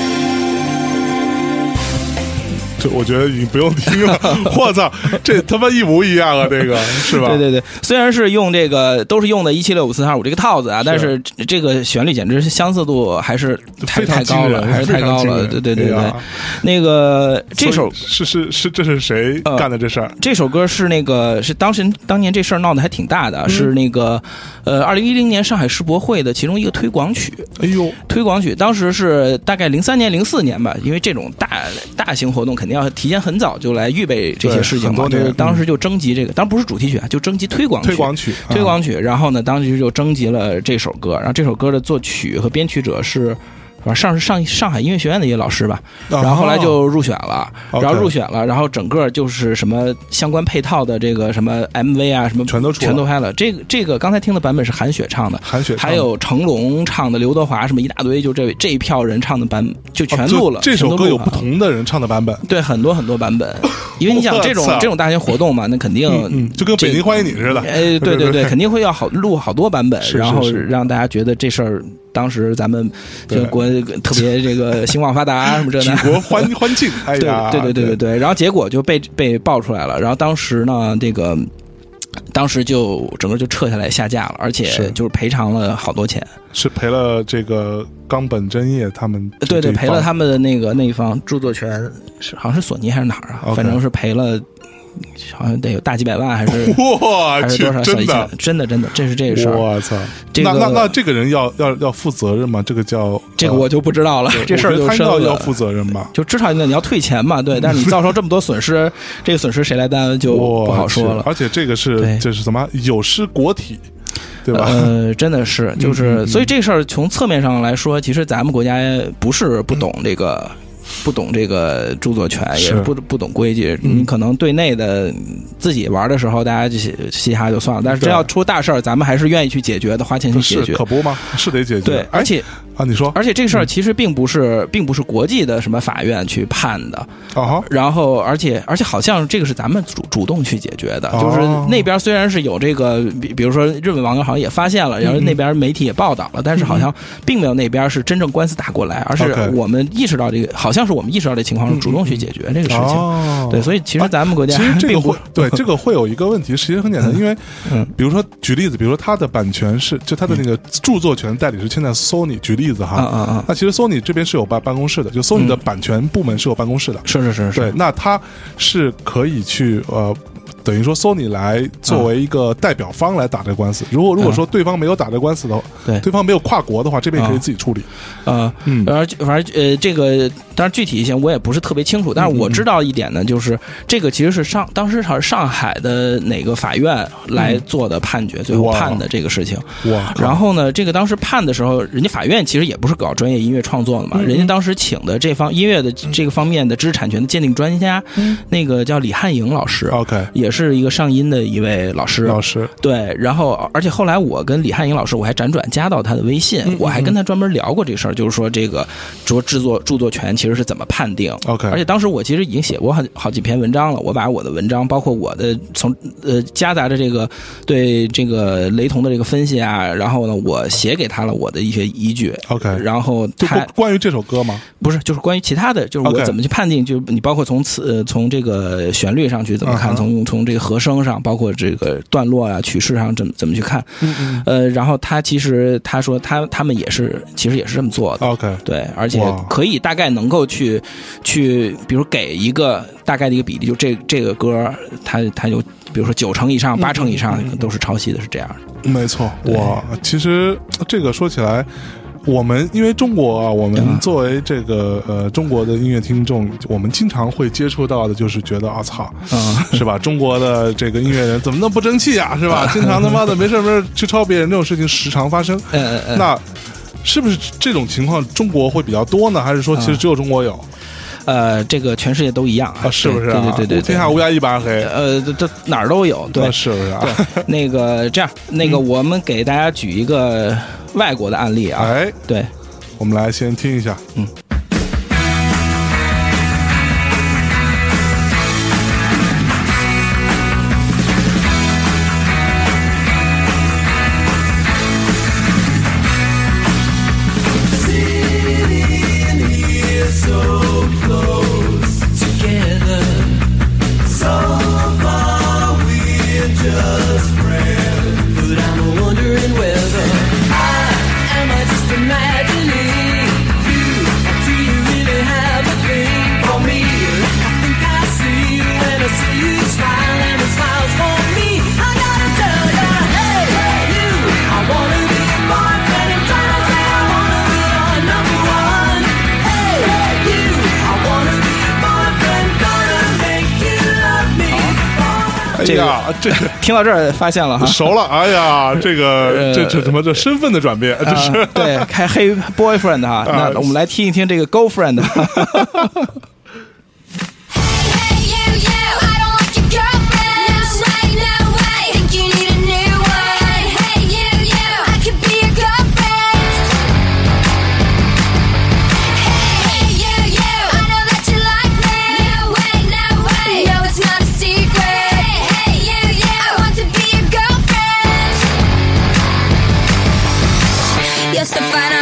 这我觉得已经不用听了。 [laughs] 我操，这他妈一模一样啊！ [laughs] 这个是吧？对对对，虽然是用这个都是用的一七六五四三二五这个套子啊，但是这这个旋律简直是相似度还是还非是常太高惊人了，还是非太常高惊了。人对对对哎对呀，那个这首所以是是是，这是谁呃干的这事儿？这首歌是那个是当时当年这事儿闹得还挺大的，啊嗯是那个呃二零一零年上海世博会的其中一个推广曲。哎呦，推广曲，当时是大概零三年、零四年吧，因为这种大大型活动肯定要提前很早就来预备这些事情对嘛，很多就年是当时就征集这个，当然不是主题曲啊，就征集推广曲推广曲啊推广曲。然后呢，当时就征集了这首歌，然后这首歌的作曲和编曲者是。反正上上上海音乐学院的一个老师吧，然后后来就入选了，啊 OK 然后入选了，然后整个就是什么相关配套的这个什么 MV 啊，什么全都出了全都拍了。这个这个刚才听的版本是韩雪唱的，韩雪唱的还有成龙唱的、刘德华什么一大堆，就这这一票人唱的版就全录了。啊就这首全都歌录有了不同的人唱的版本。对很多很多版本，因为你想我操这种这种大型活动嘛，那肯定嗯，就跟北京这 [laughs] 哎欢迎你似的。 [laughs] 哎，对对对，肯定会要好录好多版本，是是然后是让大家觉得这事儿当时咱们对就国特别这个兴旺发 [laughs] 达什么这举那，国欢欢庆，哎对呀，对对对对对，然后结果就被被爆出来了，然后当时呢，这个当时就整个就撤下来下架了，而且是就是赔偿了好多钱，是赔了这个冈本真叶他们，对对，这一赔了方他们的那个那一方著作权是好像是索尼还是哪儿啊， OK 反正是赔了，好像得有大几百万还是。 [laughs] 我还是去多少，小真一千的，，真的真的，这是这个事儿，我操！这个那那那这个人要要要负责任吗？这个叫呃这个我就不知道了，这事儿嗯我就觉得他深要要了。负责任吧？就至少你要退钱嘛， [laughs] 对，但是你造成这么多损失，这个损失谁来担就我不好说去了。而且这个是对这是什么有失国体，对吧？呃，真的是，就是，嗯所以这事儿从侧面上来说，其实咱们国家不是不懂这个，不懂这个著作权，也嗯是不不懂规矩。嗯你可能对内的自己玩的时候，大家就嘻嘻哈就算了，但是真对要出大事儿，咱们还是愿意去解决的，花钱去解是决可。不吗？是得解决。对哎，而且啊，你说而且这事儿其实并不是，并不是国际的什么法院去判的，啊哈，然后，而且而且好像这个是咱们主主动去解决的，哦就是那边虽然是有这个，比比如说日本网友好像也发现了，然后嗯那边媒体也报道了，但是好像并没有那边是真正官司打过来，而是 OK 嗯我们意识到这个，好像是我们意识到这情况，是主动去解决这个事情。哦，对，所以其实咱们国家其实这并个 [laughs] 不嗯会对这个会有一个问题，其实很简单，因为比如说举例子，比如说它的版权是就嗯它的那个著作权代理是现在 Sony，举例子啊啊哈，啊，那其实 Sony 这边是有办办公室的，就 Sony 嗯的版权部门是有办公室的，是是是是，对，那它是可以去呃。等于说，Sony 来嗯作为一个代表方来打这个官司。如果如果说对方没有打这个官司的话，对嗯对方没有跨国的话，这边也可以自己处理。呃，嗯然后就反正呃，这个当然具体一些我也不是特别清楚，但嗯是我知道一点呢，就是这个其实是上当时好像是上海的哪个法院来做的判决，最后嗯哇判的这个事情。哇，然后呢，这个当时判的时候，人家法院其实也不是搞专业音乐创作的嗯嘛，人家当时请的这方音乐的这个方面的知识产权的鉴定专家，那个叫李汉颖老师。嗯，OK，也是一个上音的一位老师，老师， [laughs] 对，然后而且后来我跟李汉英老师，我还辗转加到他的微信，嗯我还跟他专门聊过这事儿，就是说这个说制作著作权其实是怎么判定。 OK 而且当时我其实已经写过好好几篇文章了，我把我的文章，包括我的从呃夹杂着这个对这个雷同的这个分析啊，然后呢，我写给他了我的一些依据。 OK 然后就他关关于这首歌吗？不是，就是关于其他的，就是我 OK 怎么去判定就是你包括从词、呃、从这个旋律上去怎么看嗯哼从从这个和声上，包括这个段落啊、曲式上怎么怎么去看，嗯呃，然后他其实他说他他们也是其实也是这么做的， ，OK，对，而且哇可以大概能够去去，比如给一个大概的一个比例，就这这个歌它它有比如说九成以上、八成以上嗯都是抄袭的，是这样的，没错，对哇，其实呃这个说起来，我们因为中国啊，我们作为这个呃中国的音乐听众，我们经常会接触到的就是觉得啊操，嗯， [laughs] 是吧？中国的这个音乐人怎么那么不争气啊，是吧？经常他妈的没事没事去抄别人这种事情时常 [laughs] 发生。呃呃那是不是这种情况中国会比较多呢？还是说其实只有中国有呃，这个全世界都一样啊啊？是不是啊？对对对对天下对，乌鸦一般黑，呃，这这哪儿都有，对啊，是不是啊？对， [laughs] 那个这样，那个我们给大家举一个外国的案例啊，哎，对，我们来先听一下。 But I'm wondering whether I am I just imagining you? Or do you really have a thing for me? Like I think I see you when I see you smile and the smiles for me. I gotta tell ya, hey, you, I wanna be your boyfriend and tryna say I wanna be your number one. Hey, you, I wanna be your boyfriend, gonna make you love me. forever. 哎这个呀，这个。听到这儿发现了 [laughs] 哈。熟了，哎呀，这呃个这这什么这身份的转变，这啊是对，开黑 boyfriend 哈，啊那我们来听一听这个 girlfriend， [laughs] Hey you, you, I don't like your girlfriend. No way, no way. Think you need a new one. Hey you, you, I could be your girlfriend. Hey, hey you, you, I know that you like me. No way, no way. No, it's not a secret. Hey you, you, I want to be your girlfriend. You're so fine, I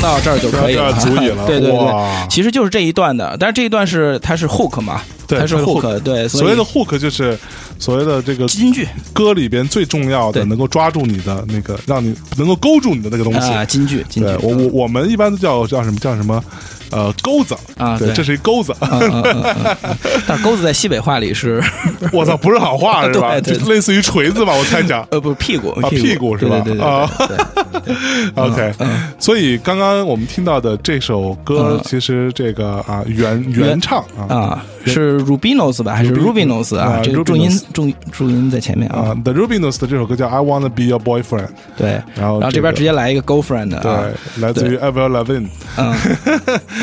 到这儿就可以了，听到这儿足以 [laughs] 了对对哇对，其实就是这一段的，但是这一段是它是 hook 嘛，对它是它是 hook，对，所谓以的 hook 就是所谓的这个金句歌里边最重要的，对能够抓住你的那个，让你能够勾住你的那个东西。啊，嗯金句金句对，我我我们一般都叫叫什么叫什么，呃，钩子啊对，对这是一钩子。嗯嗯嗯嗯嗯 [laughs] 但是钩子在西北话里是， [laughs] [laughs] 我操，不是好话是吧？对就对对。类似于锤子吧，我猜想呃，不是 [laughs] 屁股，啊，屁股是吧？对对对啊对对对 [laughs] 嗯，OK，所以刚刚我们听到的这首歌嗯，其实这个啊原原唱啊啊，是 Rubinos 吧，还是 Rubinos Rubinos 啊啊？这个重音 Rubinos 重重音在前面啊啊， ，The Rubinos 的这首歌叫《I Wanna Be Your Boyfriend》，对，然然后后这这个边直接来一个 girlfriend 啊，对，来自于艾薇儿· Levin， [laughs] 嗯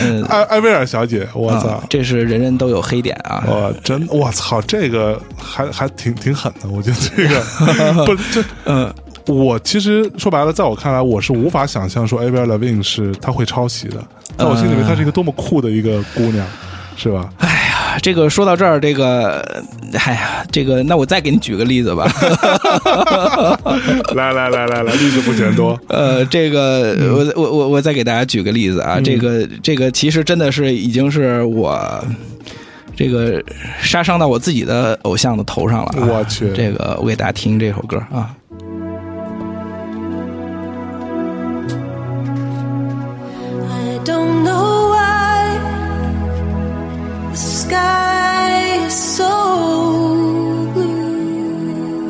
嗯艾艾薇儿小姐，我啊操，，哦这是人人都有黑点啊，我真我操，这个还还挺挺狠的，我觉得这 [laughs] 个不是这嗯。我其实说白了，在我看来，我是无法想象说 Avril Lavigne 是她会抄袭的。在我心嗯里面，她是一个多么酷的一个姑娘，是吧？ [laughs] 哎这个说到这儿，这个，哎呀，这个，那我再给你举个例子 [laughs] 吧。来来来来来，例子不嫌多。呃，这个，嗯我我我我再给大家举个例子啊，这个这个其实真的是已经是我这个杀伤到我自己的偶像的头上了、啊。我去这个我给大家听这首歌啊。 I don't know why the sky is so blue.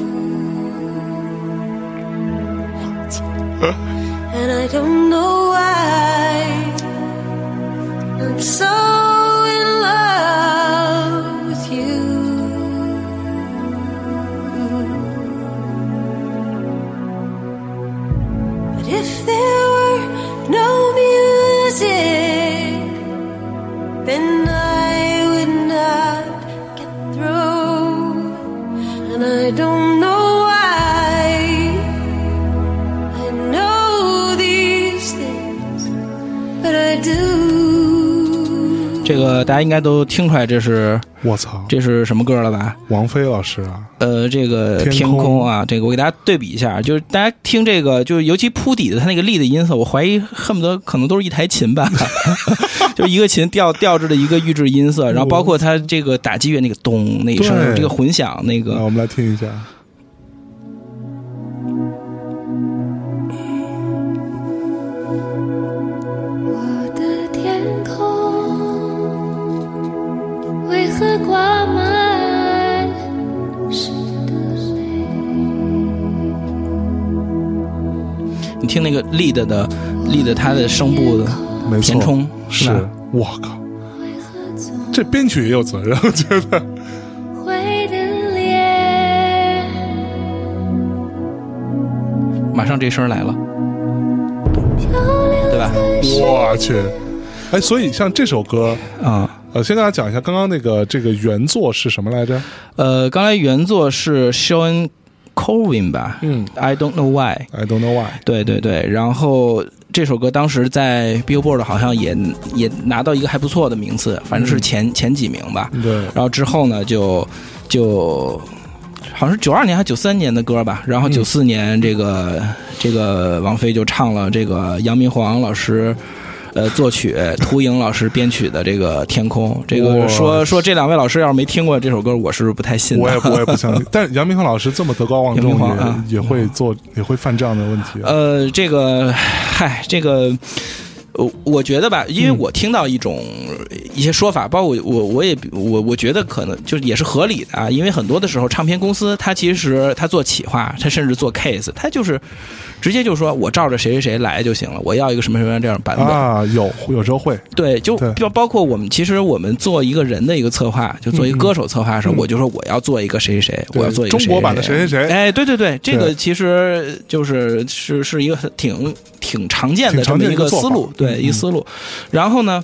And I don't know why I'm so in love with you. But if there were no music, then I would not get through. And I don't know why. I know these things, but I do. 这个大家应该都听出来， [laughs] 这是我操，这是什么歌了吧？王菲老师啊，呃，这个天天空空啊，这个我给大家对比一下，就是大家听这个，就是尤其铺底的它那个 lead 的音色，我怀疑恨不得可能都是一台琴吧，就一个琴调调制的一个预制音色，然后包括它这个打击乐那个咚那一声对，哦这个混响那那个，我们来听一下。我的天空为何挂满湿的泪？你听那个 lead 的 lead 它的声部的没错填充是是吧？我靠，为何总这编曲也有责任， [laughs] 我觉得。会的脸马上这声来了，漂流对吧？在水我去，哎，所以像这首歌，啊、呃，先跟大家讲一下，刚刚那个这个原作是什么来着呃，刚才原作是 Sean Colvin 吧？嗯，I don't know why。 ？I don't know why。对对对，然后这首歌当时在 Billboard 好像也也拿到一个还不错的名次，反正是前、前几名吧。对，然后之后呢，就就好像是九二年还是九三年的歌吧，然后嗯九四年这个、这个王菲就唱了这个杨明煌老师。呃，作曲涂莹老师编曲的这个《天空》，这哇个说说这两位老师要是没听过这首歌，我是不太信的。 [laughs] 我也不我也 [laughs] 不相信。但是杨明浩老师这么德高望杨重明也，浩也、啊会做，也会犯这样的问题。啊呃，这个，嗨，这个。我我觉得吧，因为我听到一种、一些说法，包括我我我也我我觉得可能就是也是合理的啊，因为很多的时候，唱片公司它其实它做企划，它甚至做 case，它就是直接就说我照着谁谁谁来就行了，我要一个什么什么样这样的版本，啊，有有时候会，对，就对包包括我们，其实我们做一个人的一个策划，就做一个歌手策划的时候，我就说我要做一个谁谁谁，嗯对我要做一个中国版的谁谁谁哎，对对对，这对个其实就是是是一个很挺挺常见挺的这常么见的一个一个做思法路，对，嗯一思路。然后呢？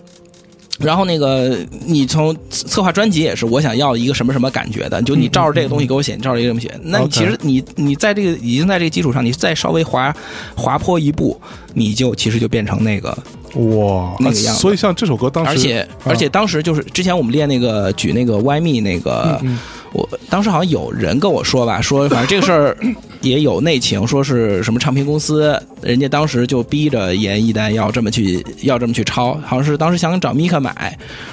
然后那个，你从策划专辑也是，我想要一个什么什么感觉的，就嗯你照着这个东西给我写，你照着这个东西写。那你 OK 其实你你在这个已经在这个基础上，你再稍微滑滑坡一步，你就其实就变成那个哇，那啊个样子所以像这首歌当时，而且啊而且当时就是之前我们练那个举嗯 [laughs] 那个 Why Me 那个，我当时好像有人跟我说吧，说反正这个事儿也有内情，说是什么唱片公司，人家当时就逼着严艺丹要这么去要这么去抄，好像是当时想找米克买，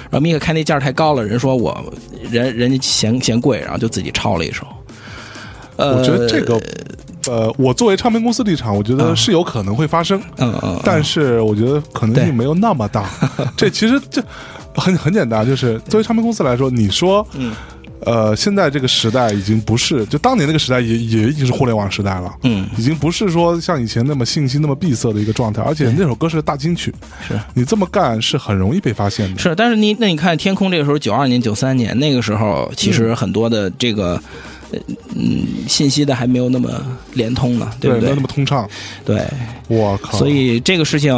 然后米克开那价儿太高了，人说我人人家嫌嫌贵，然后就自己抄了一首。呃，我觉得这个，呃，我作为唱片公司立场，我觉得是有可能会发生，嗯嗯，但是我觉得可能对性没有那 [laughs] 么大。这其实这很很简单，就是作为唱片公司来说，你说，嗯呃，现在这个时代已经不是就当年那个时代也也已经是互联网时代了，嗯已经不是说像以前那么信息那么闭塞的一个状态，而且那首歌是大金曲，是你这么干是很容易被发现的。是，但是你那你看天空这个时候九二年九三年那个时候，其嗯实很多的这个。呃嗯，信息的还没有那么连通呢，对不没对有那？么通畅，对，我靠！所以这个事情，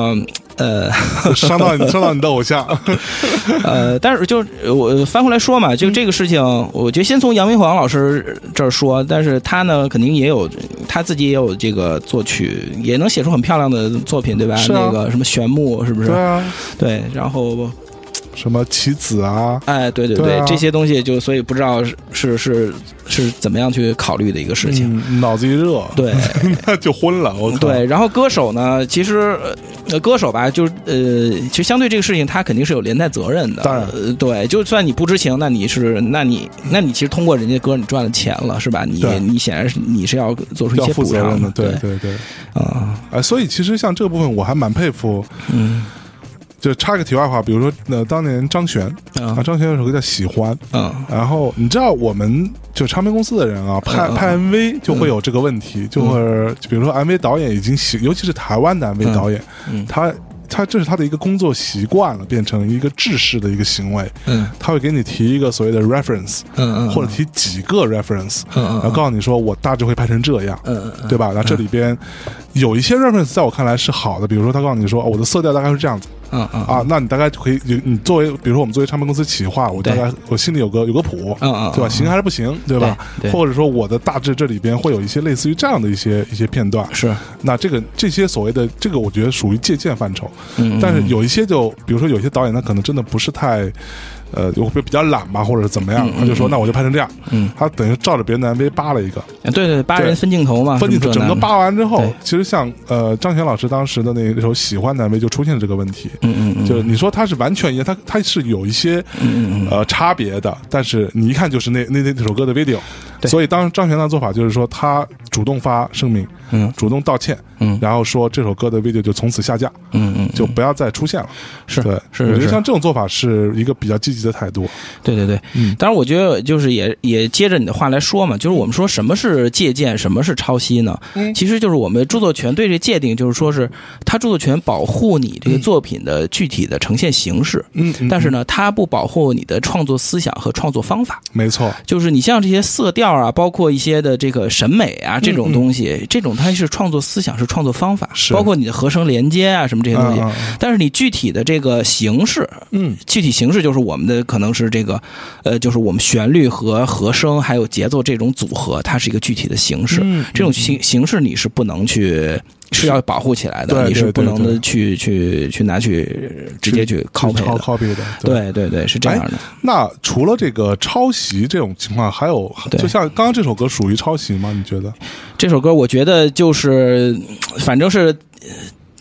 呃 [laughs] 伤到你，伤到你的偶像，呃，但是就是呃我翻回来说嗯嘛，就这个事情，我觉得先从杨明煌老师这儿说，但是他呢，肯定也有他自己也有这个作曲，也能写出很漂亮的作品，对吧？是啊那个什么玄木是 [laughs] 不是？对啊，对，然后什么棋子啊，哎，对对对，对啊这些东西就所以不知道是是是是怎么样去考虑的一个事情。嗯，脑子一热，对那 [laughs] 就昏了。我靠，对，然后歌手呢，其实呃，歌手吧，就是呃，其实相对这个事情，他肯定是有连带责任的。当然呃对，就算你不知情，那你是，那你，那你其实通过人家歌，你赚了钱了，是吧？你对你显然是你是要做出一要些负补责偿任的，对对对对。啊，哎，所以其实像这个部分，我还蛮佩服。嗯就插个题外话，比如说，呃，当年张悬啊，啊张悬有首歌叫《喜欢》，嗯然后你知道我们就唱片公司的人啊，拍嗯嗯拍 MV 就会有这个问题，就会就比如说 MV 导演已经习，尤其是台湾的 MV 导演，嗯他他这是他的一个工作习惯了，变成一个制式的一个行为，嗯他会给你提一个所谓的 reference，嗯嗯，或者提几个 reference，嗯嗯嗯然后告诉你说我大致会拍成这样，嗯嗯嗯对吧？然后这里边有一些 reference 在我看来是好的，比如说他告诉你说、哦我的色调大概是这样子嗯嗯啊，那你大概就可以，你你作为比如说我们作为唱片公司企划，我大概我心里有个有个谱，嗯嗯对吧？行还是不行，对吧？对对或者说我的大致这里边会有一些类似于这样的一些一些片段，是那这个这些所谓的这个，我觉得属于借鉴范畴。嗯嗯但是有一些就，比如说有些导演，他可能真的不是太，呃，我比比较懒吧，或者是怎么样，他就说那我就拍成这样。嗯他等于照着别人的 MV 扒了一个，对对对，八对人分镜头嘛，分什镜么啊这头整那个的扒完之后对，其实像呃张悬老师当时的那首《喜欢》的 MV 就出现了这个问题。嗯嗯嗯，就是你说他是完全一样，他他是有一些呃差别的，但是你一看就是那那那那首歌的 video，对所以当时张悬的做法就是说他主动发声明，嗯主动道歉，嗯然后说这首歌的 video 就从此下架，嗯嗯就不要再出现了。是对，是我觉是得像这种做法是一个比较积极的态度。对对对，嗯当然我觉得就是也也接着你的话来说嘛，就是我们说什么是借鉴，什么是抄袭呢？嗯其实就是我们著作权对这界定，就是说是它著作权保护你这个作品的具体的呈现形式，嗯，嗯但是呢，它不保护你的创作思想和创作方法。没错，就是你像这些色调啊，包括一些的这个审美啊，这种东西，这种它是创作思想，是创作方法，嗯是包括你的合声连接啊，什么这些东西。嗯嗯嗯但是你具体的这个形式，嗯，具体形式就是我们的可能是这个，呃，就是我们旋律和和声还有节奏这种组合，它是一个具体的形式。嗯这种形形式你是不能去。是要保护起来的，对你是对不对能对的去去去拿去直接去 copy 抄的， copy 的，对对对，是这哎样的。那除了这个抄袭这种情况，还有对就像刚刚这首歌属于抄袭吗？你觉得？这首歌我觉得就是，反正是。呃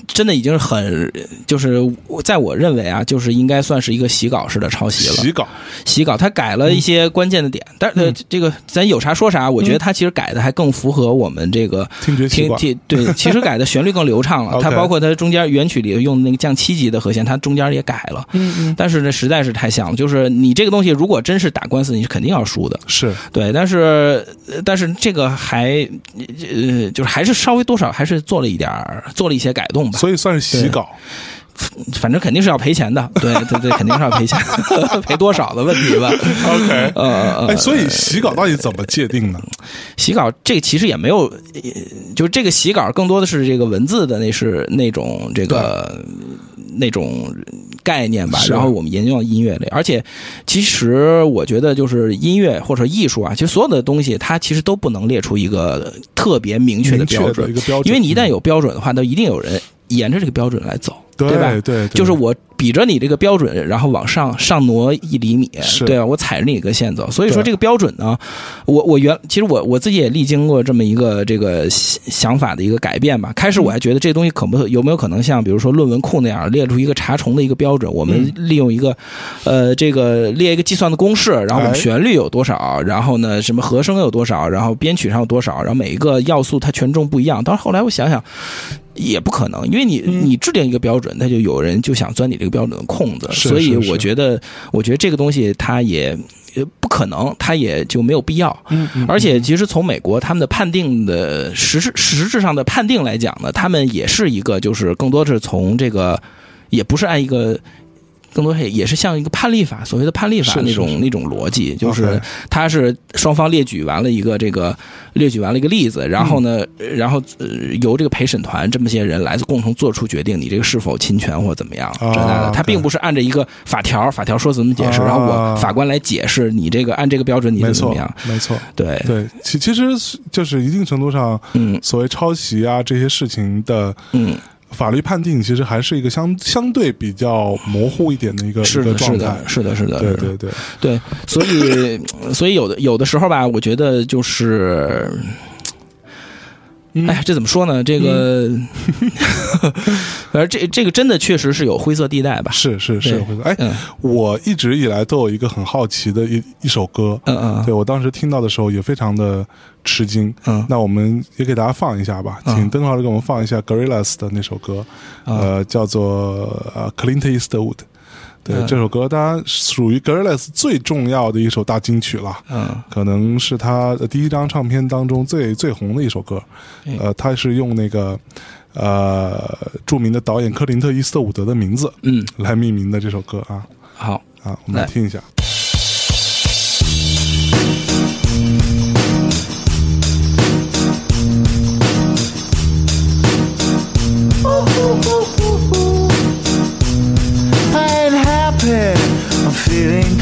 真的已经是很，就是我在我认为啊，就是应该算是一个洗稿式的抄袭了。洗嗯稿，洗稿，他改了一些关键的点，但是、呃这个咱有啥说啥，我觉得他其实改的还更符合我们这个听嗯觉习听惯听对，其实改的旋律更流畅了。 [laughs] OK 它包括它中间原曲里用的那个降七级的和弦，它中间也改了。嗯嗯。但是呢，实在是太像了。就是你这个东西，如果真是打官司，你是肯定要输的。是对，但是呃但是这个还呃，就是还是稍微多少还是做了一点儿，做了一些改动吧。所以算是洗稿，反正肯定是要赔钱的，对对对，肯定是要赔钱， [laughs] 赔多少的问题吧。 OK 呃呃，哎，所以洗稿到底怎么界定呢？洗稿这其实也没有，呃就是这个洗稿更多的是这个文字的那是那种这个那种概念吧。是然后我们沿用到音乐里，而且其实我觉得就是音乐或者艺术啊，其实所有的东西它其实都不能列出一个特别明确的明确标的准，一个标准因为你一旦有标准的话，那一定有人沿着这个标准来走。对吧？对对就是我比着你这个标准，然后往上上挪一厘米是，对吧？啊我踩着你一个线走，所以说对这个标准呢，我我原其实我我自己也历经过这么一个这个想想法的一个改变吧。开始嗯我还觉得这东西可不有没有可能像比如说论文库那样列出一个查重的一个标准，我们嗯利用一个、呃这个列一个计算的公式，然后我们哎旋律有多少，然后呢什么和声有多少，然后编曲上有多少，然后每一个要素它权重不一样。但是后来我想想。也不可能，因为你嗯你制定一个标准，他就有人就想钻你这个标准的空子，是所以是是我觉得，我觉得这个东西它也呃不可能，它也就没有必要。嗯嗯而且其实从美国他们的判定的实质实质上的判定来讲呢，他们也是一个就是更多是从这个，也不是按一个。更多也也是像一个判例法，所谓的判例法是是那种是那种逻辑，就是 OK 它是双方列举完了一个这个列举完了一个例子，然后呢，然后、呃、由这个陪审团这么些人来共同做出决定，你这个是否侵权或者怎么样啊这那的，它 OK 并不是按照一个法条，法条说怎么解释，啊然后我法官来解释你这个按这个标准你没怎么错样，，哎没错，对，对，其其实是就是一定程度上，嗯所谓抄袭啊这些事情的嗯，法律判定，其实还是一个相相对比较模糊一点的一个是一个的，呃是状态的，。是的，是的，对是的对对，对，所以 [coughs] 所以有的有的时候吧，我觉得就是，嗯哎呀，这怎么说呢？这个， [laughs] 反正这这个真的确实是有灰色地带吧。是是是对会的。哎，嗯我一直以来都有一个很好奇的一一首歌，嗯嗯对我当时听到的时候也非常的吃惊。嗯那我们也给大家放一下吧，嗯请邓老师给我们放一下 Gorillaz 的那首歌，呃，叫做呃 Clint Eastwood。对、嗯这首歌，当然属于 Gorillaz 最重要的一首大金曲了。嗯可能是他的第一张唱片当中最最红的一首歌。嗯呃，他是用那个呃著名的导演克林特·伊斯特伍德的名字嗯，来命名的这首歌啊好，啊，我们来来听一下。 I ain't happy. I'm feeling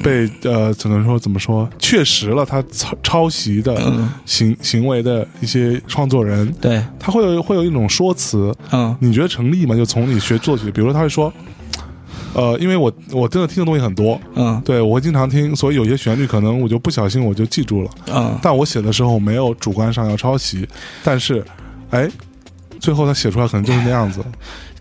被呃，只能说怎么说，确实了他抄抄袭的行、行为的一些创作人，对，他会有会有一种说辞，嗯你觉得成立吗？就从你学作曲，比如说他会说，呃，因为我我真的听的东西很多，嗯对我会经常听，所以有些旋律可能我就不小心我就记住了。嗯，但我写的时候没有主观上要抄袭，但是，哎，最后他写出来可能就是那样 [laughs] 子。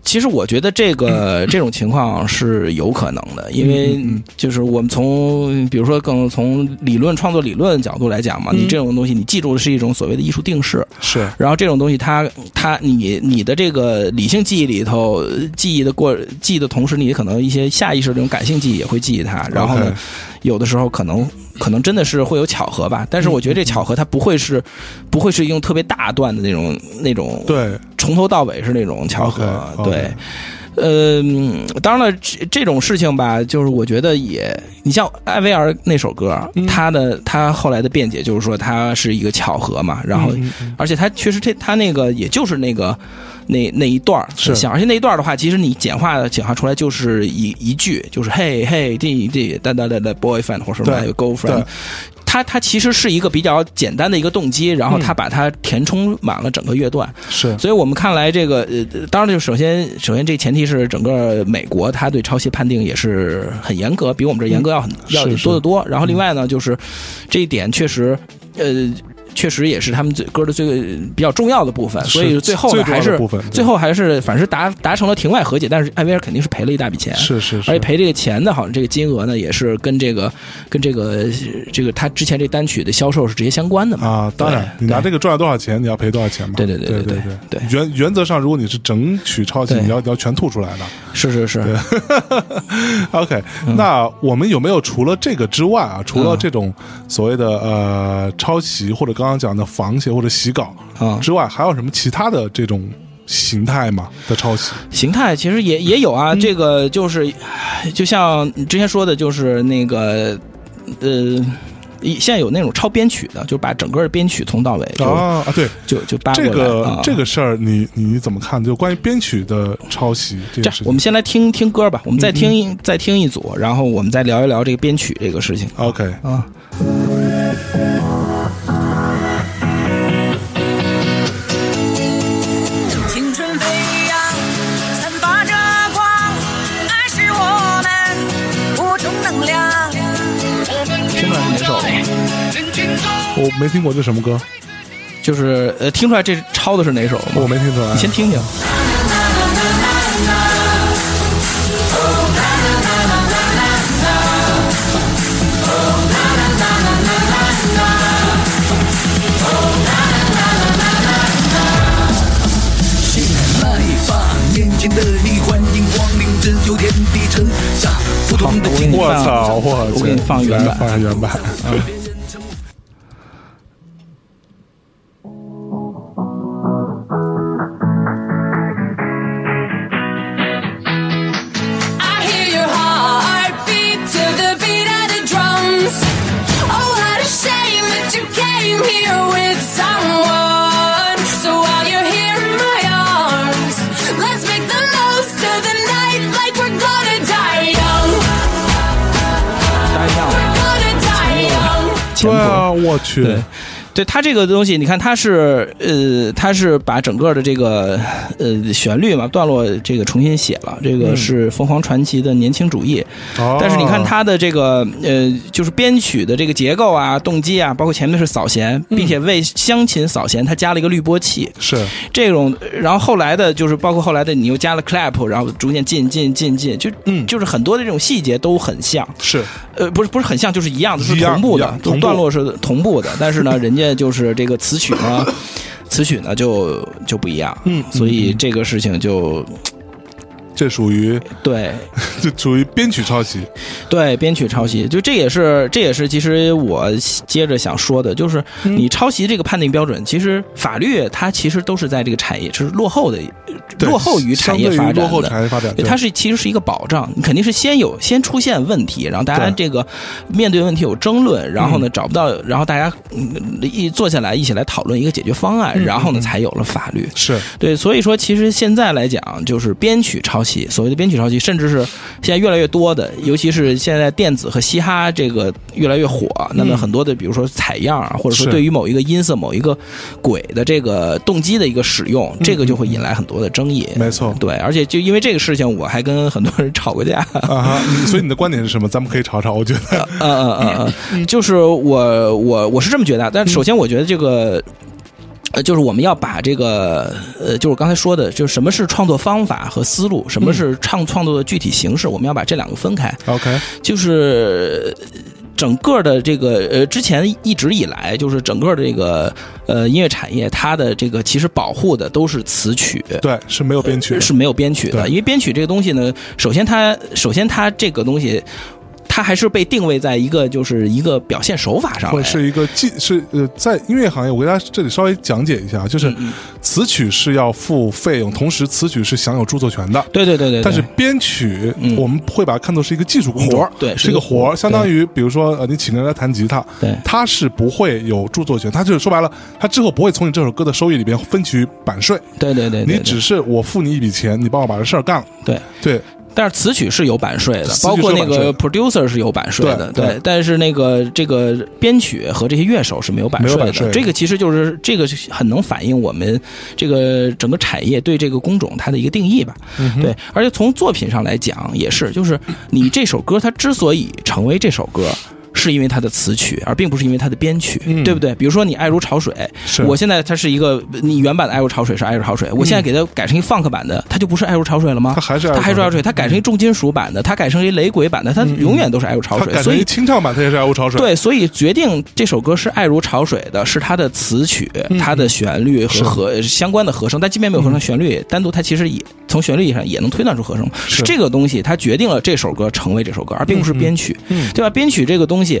其实我觉得这 [clears throat] 个这种情况是有可能的，因为嗯就是我们从比如说更从理论创作理论角度来讲嘛，嗯你这种东西你记住的是一种所谓的艺术定式，是然后这种东西它，它你你的这个理性记忆里头，呃记忆的过记忆的同时，你可能一些下意识的这种感性记忆也会记忆它。然后呢 OK 有的时候可能可能真的是会有巧合吧，但是我觉得这巧合它不会是不会是用特别大段的那种那种嗯对从头到尾是那种巧合 OK，OK 对。呃，嗯当然了，这这种事情吧，就是我觉得也，你像艾薇儿那首歌，嗯他的他后来的辩解就是说，他是一个巧合嘛，然后，嗯嗯而且他确实这他那个也就是那个那那一段儿是想，而且那一段儿的话，其实你简化简化出来就是一一句，就是嘿嘿这这哒哒哒哒 boyfriend 或者什么对 girlfriend 对。他他其实是一个比较简单的一个动机，然后嗯他把它填充满了整个乐段，是所以我们看来，这个呃，当然就首先首先这前提是整个美国它对抄袭判定也是很严格，比我们这严格要很、要嗯是是多得多。然后另外呢，就是这一点确实，呃。确实也是他们最歌的最比较重要的部分，所以是最后最呢重要还的是部分对最后还是反正是达达成了庭外和解，但是艾薇儿肯定是赔了一大笔钱，是是而且是，赔这个钱的，好像这个金额呢，也是跟这个跟这个这个他之前这单曲的销售是直接相关的嘛。啊，当然，对你拿对这个赚了多少钱，你要赔多少钱嘛？对对对对对对对对原原则上，如果你是整曲抄袭，对你要你要全吐出来的。 [laughs] 是是是， OK，那嗯我们有没有除了这个之外啊，除了这种所谓的呃抄袭或者刚刚讲的仿写或者洗稿嗯之外，还有什么其他的这种形态嘛的抄袭？形态其实也也有嗯啊，这个就是，唉就像你之前说的，就是那个，呃，一现在有那种超编曲的，就把整个编曲从到尾就、啊啊，对，就就扒过这来。个、啊、这个事儿，你你怎么看？就关于编曲的抄袭这这个样事，情，我们先来听听歌吧，我们再听嗯一、再听一组，然后我们再聊一聊这个编曲这个事情。 OK 啊，青春飞扬，散发着光，爱是我们无穷能量。听出来是哪首了吗？我没听过这什么歌，就是呃，听出来这是抄的是哪首吗？我没听出来你。先听听。好，我给你我放操！我我给你去放原版放下原版。 I hear your heartbeat to the beat of the drums. Oh, what a shame that you came here with someone. So while you're here in my arms, let's make the most of the night like we're gonna die young. 大家一样吗 We're gonna die young. 前对谱啊，我去，对，对它这个东西，你看它是呃，它是把整个的这个呃旋律嘛段落这个重新写了，这个是凤凰传奇的年轻主义。哦但是你看它的这个呃，就是编曲的这个结构啊、动机啊，包括前面是扫弦，并且为湘琴扫弦，它加了一个滤波器。是这种，然后后来的就是包括后来的，你又加了 clap，然后逐渐进进进进，就嗯就是很多的这种细节都很像。是呃，不是不是很像，就是一样，就是一样同步一的样，就是同步段落是同步的。但是呢，人家就是这个词曲呢，词曲呢就就不一样。嗯所以这个事情就这属于对这属于编曲抄袭。对编曲抄袭，就这也是这也是其实我接着想说的，就是嗯你抄袭这个判定标准，其实法律它其实都是在这个产业是落后的，对落后于产业相对发于落展后的。产业发展，对，对它是其实是一个保障，你肯定是先有先出现问题，然后大家对嗯这个面对问题有争论，然后呢找不到，然后大家嗯一坐下来一起来讨论一个解决方嗯案，然后呢才有了法律。是对，所以说其实现在来讲，就是编曲抄袭，所谓的编曲抄袭，甚至是现在越来越多的，尤其是现在电子和嘻哈这个越来越火，那么很多的，比如说采样啊，或者说嗯是对于某一个音色、某一个轨的这个动机的一个使用，这个就会引来很多的争议。嗯没错对，而且就因为这个事情，我还跟很多人吵过架。啊哈。你所以你的观点是什么？咱们可以吵吵。我觉 [laughs] 得呃呃呃呃， [laughs] 就是我我我是这么觉得啊，但首先我觉得这个。呃，就是我们要把这个，呃，就是我刚才说的，就是什么是创作方法和思路，什么是创创作的具体形式，我们要把这两个分开。 OK 就是呃整个的这个呃，之前一直以来就是整个的这个呃音乐产业，它的这个其实保护的都是词曲，对是没有编曲的是没有编曲的，对因为编曲这个东西呢，首先它首先它这个东西。它还是被定位在一个就是一个表现手法上或者来，是一个技是呃，在音乐行业，我给大家这里稍微讲解一下，嗯就是词曲是要付费用，同时词曲是享有著作权的。对对对对，对但是编曲，我们会把它看作是一个技术工活种儿，对是一是一个个活活儿，儿相当于比如说呃，你请人来弹吉他，对他是不会有著作权，他就是说白了，他之后不会从你这首歌的收益里边分取版税，对对对，对你对只是我付你一笔钱，你帮我把这事儿干了，对。对，但是词曲是有版税的词曲，是有包括那版税的个 producer 是有版税的，对对但是那个这个编曲和这些乐手是没有版税没有的。版税的这个其实就是这个是很能反映我们这个整个产业对这个工种它的一个定义吧。嗯对，而且从作品上来讲也是，就是你这首歌它之所以成为这首歌。是因为它的词曲，而并不是因为它的编曲，嗯对不对？比如说你《爱如潮水》是嗯我现在它是一个，你原版的《爱如潮水》是《爱如潮水》，我现在给它改成一 funk 版的，它就不是《爱如潮水》了吗？它还是爱如它还是潮爱如潮水水，它改成一重金属版的，它改成一雷鬼版的，它永远都是爱如潮他水，改所成一以。清唱版，他也是爱如潮水，对，所以决定这首歌是爱如潮水的，是它的词曲、嗯它的旋律和和相关的和声。但即便没有和声，旋律单独它其实也从旋律上也能推断出和声。是这个东西它决定了这首歌成为这首歌，而并不是编曲，嗯对吧？编曲这个东西，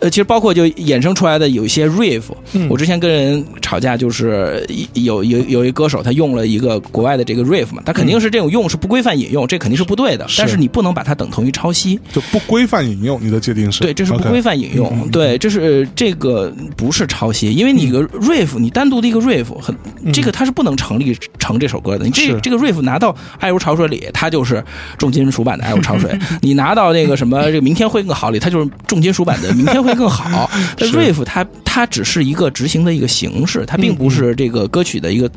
呃，其实包括就衍生出来的有一些 riff，、我嗯之前跟人吵架，就是一有有有一歌手他用了一个国外的这个 riff 嘛，他肯定嗯是这种用是不规范引用，这肯定是不对的，但是你不能把它等同于抄袭，就不规范引用，你的界定是对，这是不 OK 嗯规范引用，对，这是这个不是抄袭，因为你一嗯个 riff，你单独的一个 riff 很，这个它是不能成立成这首歌的。你这是这个 riff 拿到《爱如潮水》里，它就是重金属版的《爱如潮水》； [laughs] 你拿到那个什么《这个明天会更好》里，它就是重金属版的《明天会更好》 [laughs] 但是 riff 它它只是一个执行的一个形式，它嗯并不是这个歌曲的一个。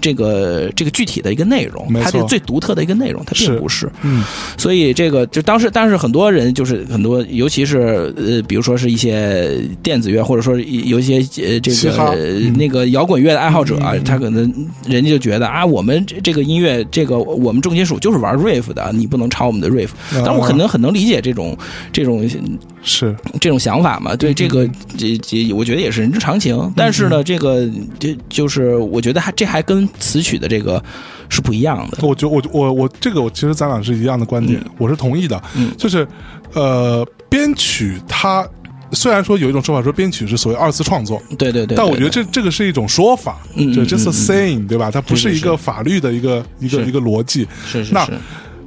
这个这个具体的一个内容没，它错的最独特的一个内容，它是并不是。嗯，所以这个就当时，但是很多人就是很多，尤其是呃，比如说是一些电子乐，或者说一有一些呃这嘻个、哈呃嗯那个摇滚乐的爱好者啊，他可能人家就觉得啊，我们这这个音乐，这个我们重金属就是玩 riff 的，你不能抄我们的 riff。当啊然，我可能很能理解这种这种是这种想法嘛，嗯对这个这这，我觉得也是人之常情。但是呢，这个这就是我觉得还这还跟词曲的这个是不一样的。我觉我我我这个我其实咱俩是一样的观点，我是同意的。嗯就是呃，编曲它虽然说有一种说法说编曲是所谓二次创作，对对对对，但我觉得对这这个是一种说法，嗯就嗯 just a 嗯 saying，对吧？它不是一个法律的一个一个是一个逻辑。是是那是。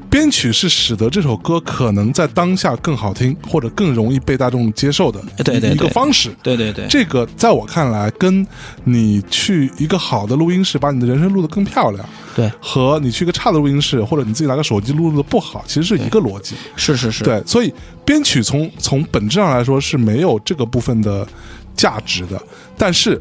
编曲是使得这首歌可能在当下更好听，或者更容易被大众接受的哎对对一个对方式。对对对，这个在我看来，跟你去一个好的录音室把你的人声录得更漂亮，对和你去一个差的录音室，或者你自己拿个手机录的不好，其实是一个逻辑。是是是，对，所以编曲从从本质上来说是没有这个部分的价值的，但是。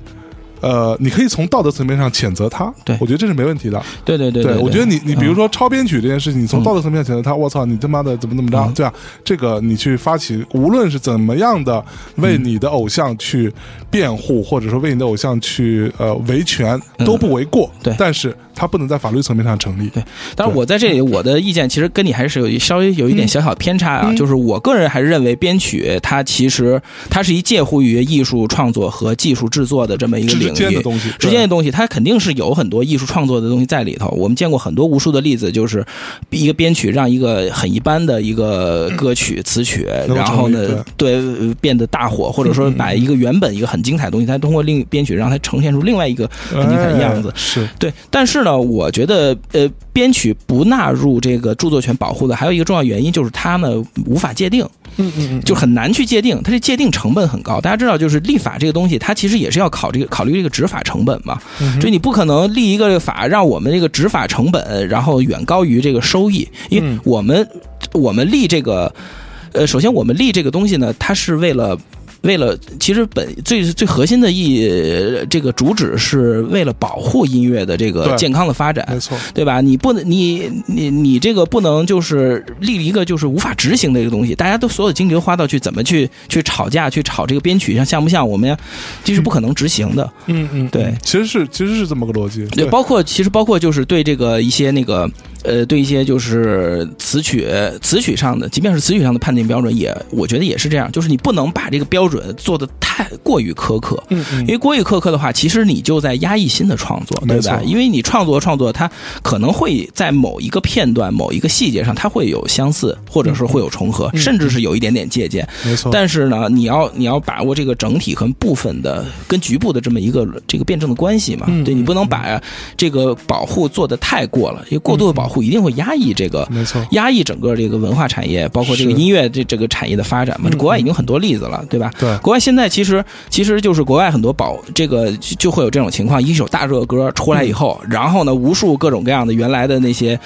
呃，你可以从道德层面上谴责他，对我觉得这是没问题的。对对对对，嗯我觉得你你比如说抄编曲这件事情，你从道德层面上谴责他，我操，你他妈的怎么怎么嗯着，对吧？这个你去发起，无论是怎么样的为嗯你的偶像去辩护，或者说为你的偶像去呃维权，都不为过。嗯对但是他不能在法律层面上成立。对，当然我在这里我的意见其实跟你还是有一稍微有嗯一点小小偏差啊，就是我个人还是认为编曲它其实它是一介乎于艺术创作和技术制作的这么一个之领域间的东西之对间的东西它肯定是有很多艺术创作的东西在里头。我们见过很多无数的例子，就是一个编曲让一个很一般的一个歌曲词曲，够然后成立嗯呢对呃变得大火，或者说把一个原本一个很精彩的东西，它通过另编曲让它呈现出另外一个很精彩的样子哎。是对，但是呢，我觉得呃，编曲不纳入这个著作权保护的，还有一个重要原因就是它呢无法界定，嗯嗯就很难去界定，它这界定成本很高。大家知道，就是立法这个东西，它其实也是要考这个考虑这个执法成本嘛，嗯所以你不可能立一个法让我们这个执法成本然后远高于这个收益，因嗯为我们、我们立这个。呃，首先我们立这个东西呢，它是为了。为了，其实本最最核心的意义，呃这个主旨是为了保护音乐的这个对健康的发展，没错。对吧？你不能，你你你这个不能就是立一个就是无法执行的一个东西，大家都所有精力都花到去怎么去去吵架，去吵这个编曲像像不像我们呀，这是不可能执行的。嗯嗯， [laughs] 对其实是其实是这么个逻辑。对，包括其实包括就是对这个一些那个呃，对一些就是词曲词曲上的，即便是词曲上的判定标准也，我觉得也是这样，就是你不能把这个标准做的太过于苛刻，嗯因为过于苛刻的话，其实你就在压抑新的创作，对没错吧？因为你创作创作，它可能会在某一个片段、某一个细节上，它会有相似，或者是会有重合，甚至是有一点点借鉴，嗯没错但是呢，你要你要把握这个整体和部分的跟局部的这么一个这个辩证的关系嘛，嗯对你不能把这个保护做得太过了，因为过度的保护一定会压抑这个，没错压抑整个这个文化产业，包括这个是嗯音乐这这个产业的发展嘛。国外已经很多例子了，对吧？对国外现在其实其实就是国外很多保这个就就会有这种情况，一首大热歌出来以后，嗯然后呢，无数各种各样的原来的那些，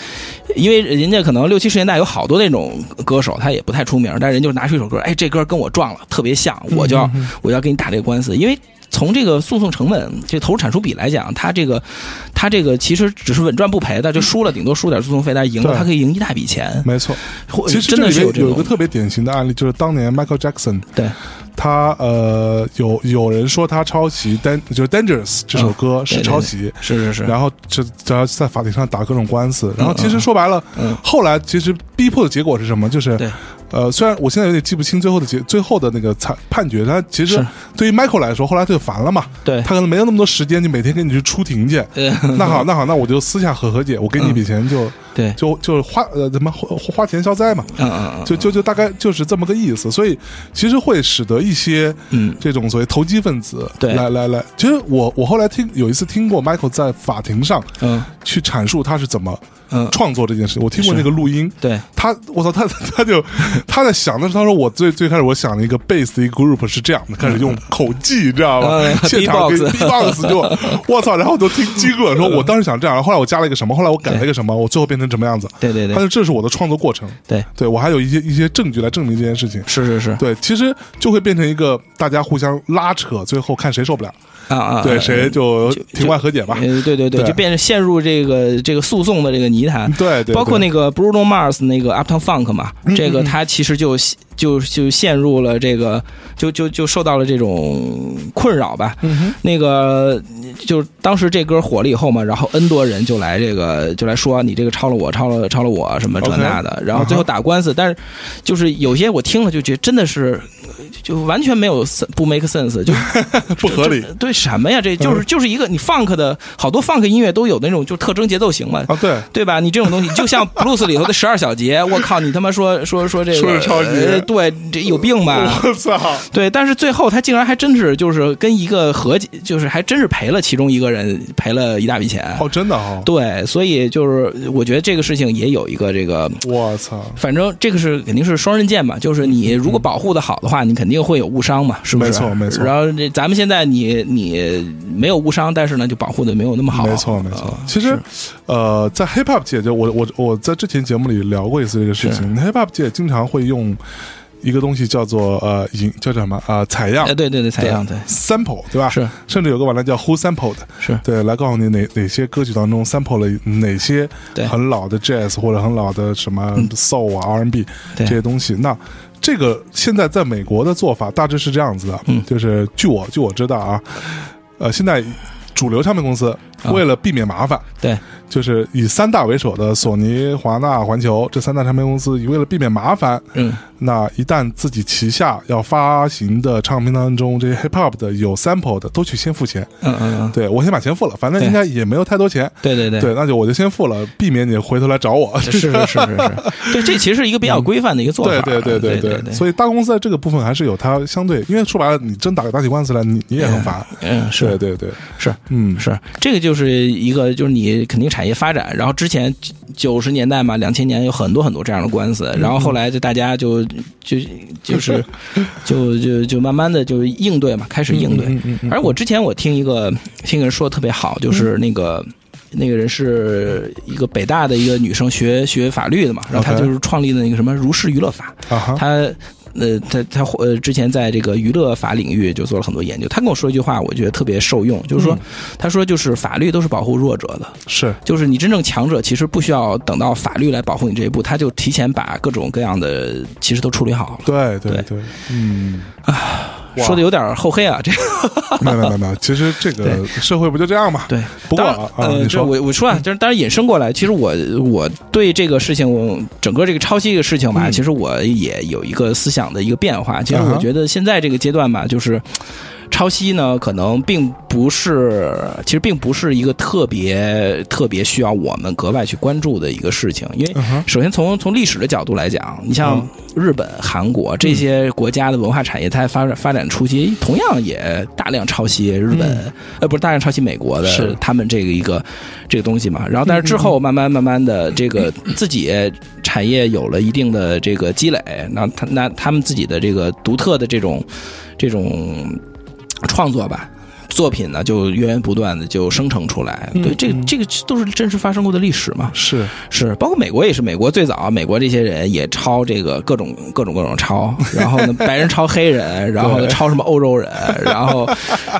因为人家可能六七十年代有好多那种歌手，他也不太出名，但人就拿出一首歌，哎，这歌跟我撞了，特别像，嗯我就要、我就要跟你打这个官司，因为。从这个诉讼成本、这投入产出比来讲，他这个，他这个其实只是稳赚不赔的，就输了顶多输点诉讼费，但是赢了嗯对他可以赢一大笔钱。没错。或其实呃真的是这有里这面有一个种特别典型的案例，就是当年 Michael Jackson，对他呃有有人说他抄袭《Dan》就是《Dangerous》这首嗯歌对是对抄袭，是是是，然后就然后在法庭上打各种官司，然后其实说白了嗯，后来其实逼迫的结果是什么？就是对，呃，虽然我现在有点记不清最后的结最后的那个裁判决，但其实是对于 Michael 来说，后来他就烦了嘛，对他可能没有那么多时间，你每天跟你去出庭去， [laughs] 那好那好，那我就私下和和解，我给你一笔钱就嗯对就就是花呃怎么花花钱消灾嘛，嗯嗯嗯，就就就大概就是这么个意思，所以其实会使得一些嗯这种所谓投机分子，对来来来，其实我我后来听有一次听过 Michael 在法庭上，嗯，去阐述他是怎么嗯创作这件事，我听过那个录音，对他我操他 [laughs] 他就他在想的时候，他说我最最开始我想了一个 bass 的一个 group 是这样的，开始用口技，你知道吗嗯？现场给 B-box B-box 就我操，然后我都听惊了，说嗯我当时想这样，然后后来我加了一个什么，后来我改了一个什么，我最后变成什么样子？对对对但是这是我的创作过程，对，对我还有一些一些证据来证明这件事情。是是是，对，其实就会变成一个大家互相拉扯，最后看谁受不了，啊啊，对啊谁就庭外和解吧。呃，对对对，对就变成陷入这个这个诉讼的这个泥潭。对对包括对嗯那个 Bruno Mars 那个 Uptown Funk 嘛，这个他其实就就就陷入了这个，就就就受到了这种困扰吧。嗯那个就是当时这歌火了以后嘛，然后 N 多人就来这个就来说你这个抄了我，抄了抄了我什么这 OK 那的，然后最后啊哈打官司。但是就是有些我听了就觉得真的是就完全没有 sen- 不 make sense，就不合理这对什么呀？这就是嗯就是一个你 funk 的好多 funk 音乐都有那种就是特征节奏型嘛。啊，对，对吧？你这种东西 [laughs] 就像 blues 里头的十二小 [laughs] 节，我靠！你他妈说说说这个，说是超级呃对，这有病吧？ [laughs] 我操，对，但是最后他竟然还真是就是跟一个和解，就是还真是赔了其中一个人赔了一大笔钱。哦，真的哦，对，所以就是我觉得这个事情也有一个这个我操，反正这个是肯定是双刃剑嘛，就是你如果保护的好的话，你肯定会有误伤嘛，是不是？没错没错然后这咱们现在你你没有误伤，但是呢，就保护的没有那么好。没错没错啊。其实，呃，在 hip hop 界，就我我我在之前节目里聊过一次这个事情，hip hop 界经常会用一个东西叫做呃引叫叫什么啊采样哎，。对对对，采样对， sample 对吧？是，甚至有个网站叫 Who Sampled，是对，来告诉你哪哪些歌曲当中 sample 了哪些对嗯很老的 jazz 或者很老的什么 soul 啊、R&B 这对些东西。那这个现在在美国的做法大致是这样子的，嗯就是据我据我知道啊，呃，现在主流唱片公司啊为了避免麻烦，对就是以三大为首的索尼、华纳、环球这三大唱片公司，为了避免麻烦，嗯，那一旦自己旗下要发行的唱片当中，这些 hip hop 的有 sample 的，都去先 [laughs] 付钱。嗯嗯嗯，对我先把钱付了，反正对应该也没有太多钱。对对对对，那就我就先付了，避免你回头来找 [laughs] 我。是是是是 [laughs] 是，对，这其实是一个比较规范的一个做法。啊对对对对对对，所以大公司在这个部分还是有它相对，因为说白了，你真打打起官司来，你你也很烦。嗯 [laughs] 是对对对，是嗯是，这个就是一个就是你肯定产业发展，然后之前九十年代嘛，两千年有很多很多这样的官司，然后后来就大家就就就是 [laughs] 就就就慢慢的就应对嘛，开始应嗯对。而我之前我听一个听一个人说的特别好，嗯就是那个。那个人是一个北大的一个女生学学法律的嘛，然后她 OK 就是创立的那个什么如是娱乐法，啊哈，他呃，他他呃，之前在这个娱乐法领域就做了很多研究。他跟我说一句话，我觉得特别受用，就是说，他说就是法律都是保护弱者的，是就是你真正强者其实不需要等到法律来保护你这一步，他就提前把各种各样的其实都处理好了。对对对对，嗯，说的有点厚黑啊，这个。没有没有没有没有， [laughs] 其实这个社会不就这样嘛？对，不过当然啊，啊呃，你这说我我说啊，就是当然引申过来，其实我我对这个事情，我整个这个抄袭这个事情嗯吧，其实我也有一个思想的一个变化。其实啊我哈觉得现在这个阶段吧，就是抄袭呢，可能并不是，其实并不是一个特别特别需要我们格外去关注的一个事情，因为嗯哼首先从从历史的角度来讲，你像嗯日本、韩国这些国家的文化产业，它发展发展初期，同样也大量抄袭日本，呃，不是大量抄袭美国是的他们这个一个这个东西嘛。然后，但是之后慢慢慢慢的，这个自己产业有了一定的这个积累，那他那他们自己的这个独特的这种这种创作吧。作品呢，就源源不断的就生成出来，对，这个这个都是真实发生过的历史嘛，是是，包括美国也是，美国最早啊美国这些人也抄这个各种各种各种抄，然后呢白人抄黑人，然后呢抄什么欧洲人，然后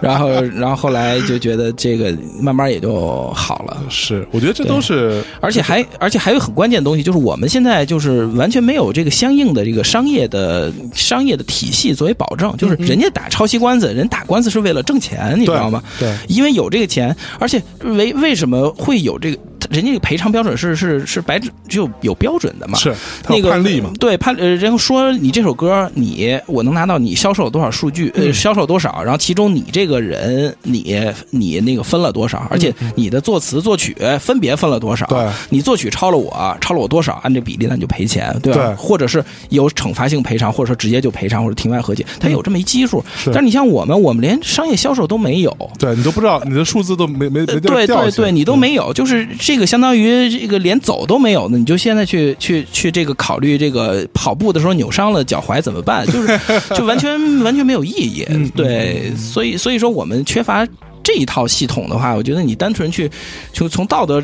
然后然后后来就觉得这个慢慢也就好了。是，我觉得这都是而且还，而且还有很关键的东西，就是我们现在就是完全没有这个相应的这个商业的商业的体系作为保证，就是人家打抄袭官司，人打官司是为了挣钱，你知道吗？嗯对对因为有这个钱，而且为为什么会有这个？人家这个赔偿标准是是是白纸就有标准的嘛？是它有那个判例嘛对判，呃然后说你这首歌你我能拿到你销售了多少数据，嗯呃，销售多少，然后其中你这个人你你那个分了多少，而且你的作词作曲分别分了多少，嗯对你作曲超了我，超了我多少，按这比例那你就赔钱，对吧？对或者是有惩罚性赔偿，或者说直接就赔偿或者庭外和解，它有这么一基数。嗯是但是你像我们，我们连商业销售都没有，对你都不知道你的数字都没没没地儿对掉对去对，你都没有，就是这个相当于这个连走都没有呢，你就现在去去去这个考虑这个跑步的时候扭伤了脚踝怎么办？就是就完全完全没有意义。嗯对，所以所以说我们缺乏。这一套系统的话，我觉得你单纯去，就从道德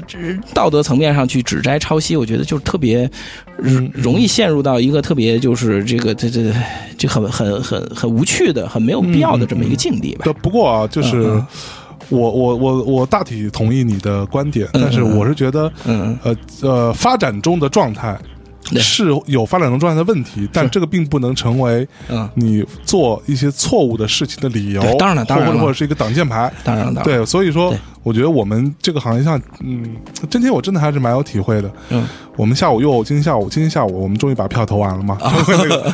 道德层面上去指摘抄袭，我觉得就是特别嗯容易陷入到一个特别就是这个这这这很很很很无趣的、很没嗯有必要的这么一个境地吧对，。不过啊，就是嗯嗯我我我我大体同意你的观点，但是我是觉得，嗯呃呃，发展中的状态对是有发展中状态的问题，但这个并不能成为嗯你做一些错误的事情的理由对，当然了当然或者了或者是一个挡箭牌，当然了当然对，所以说对，我觉得我们这个行业上，嗯，今天我真的还是蛮有体会的，嗯，我们下午又今天下午，今天下午我们终于把票投完了啊嘛。[laughs] 那个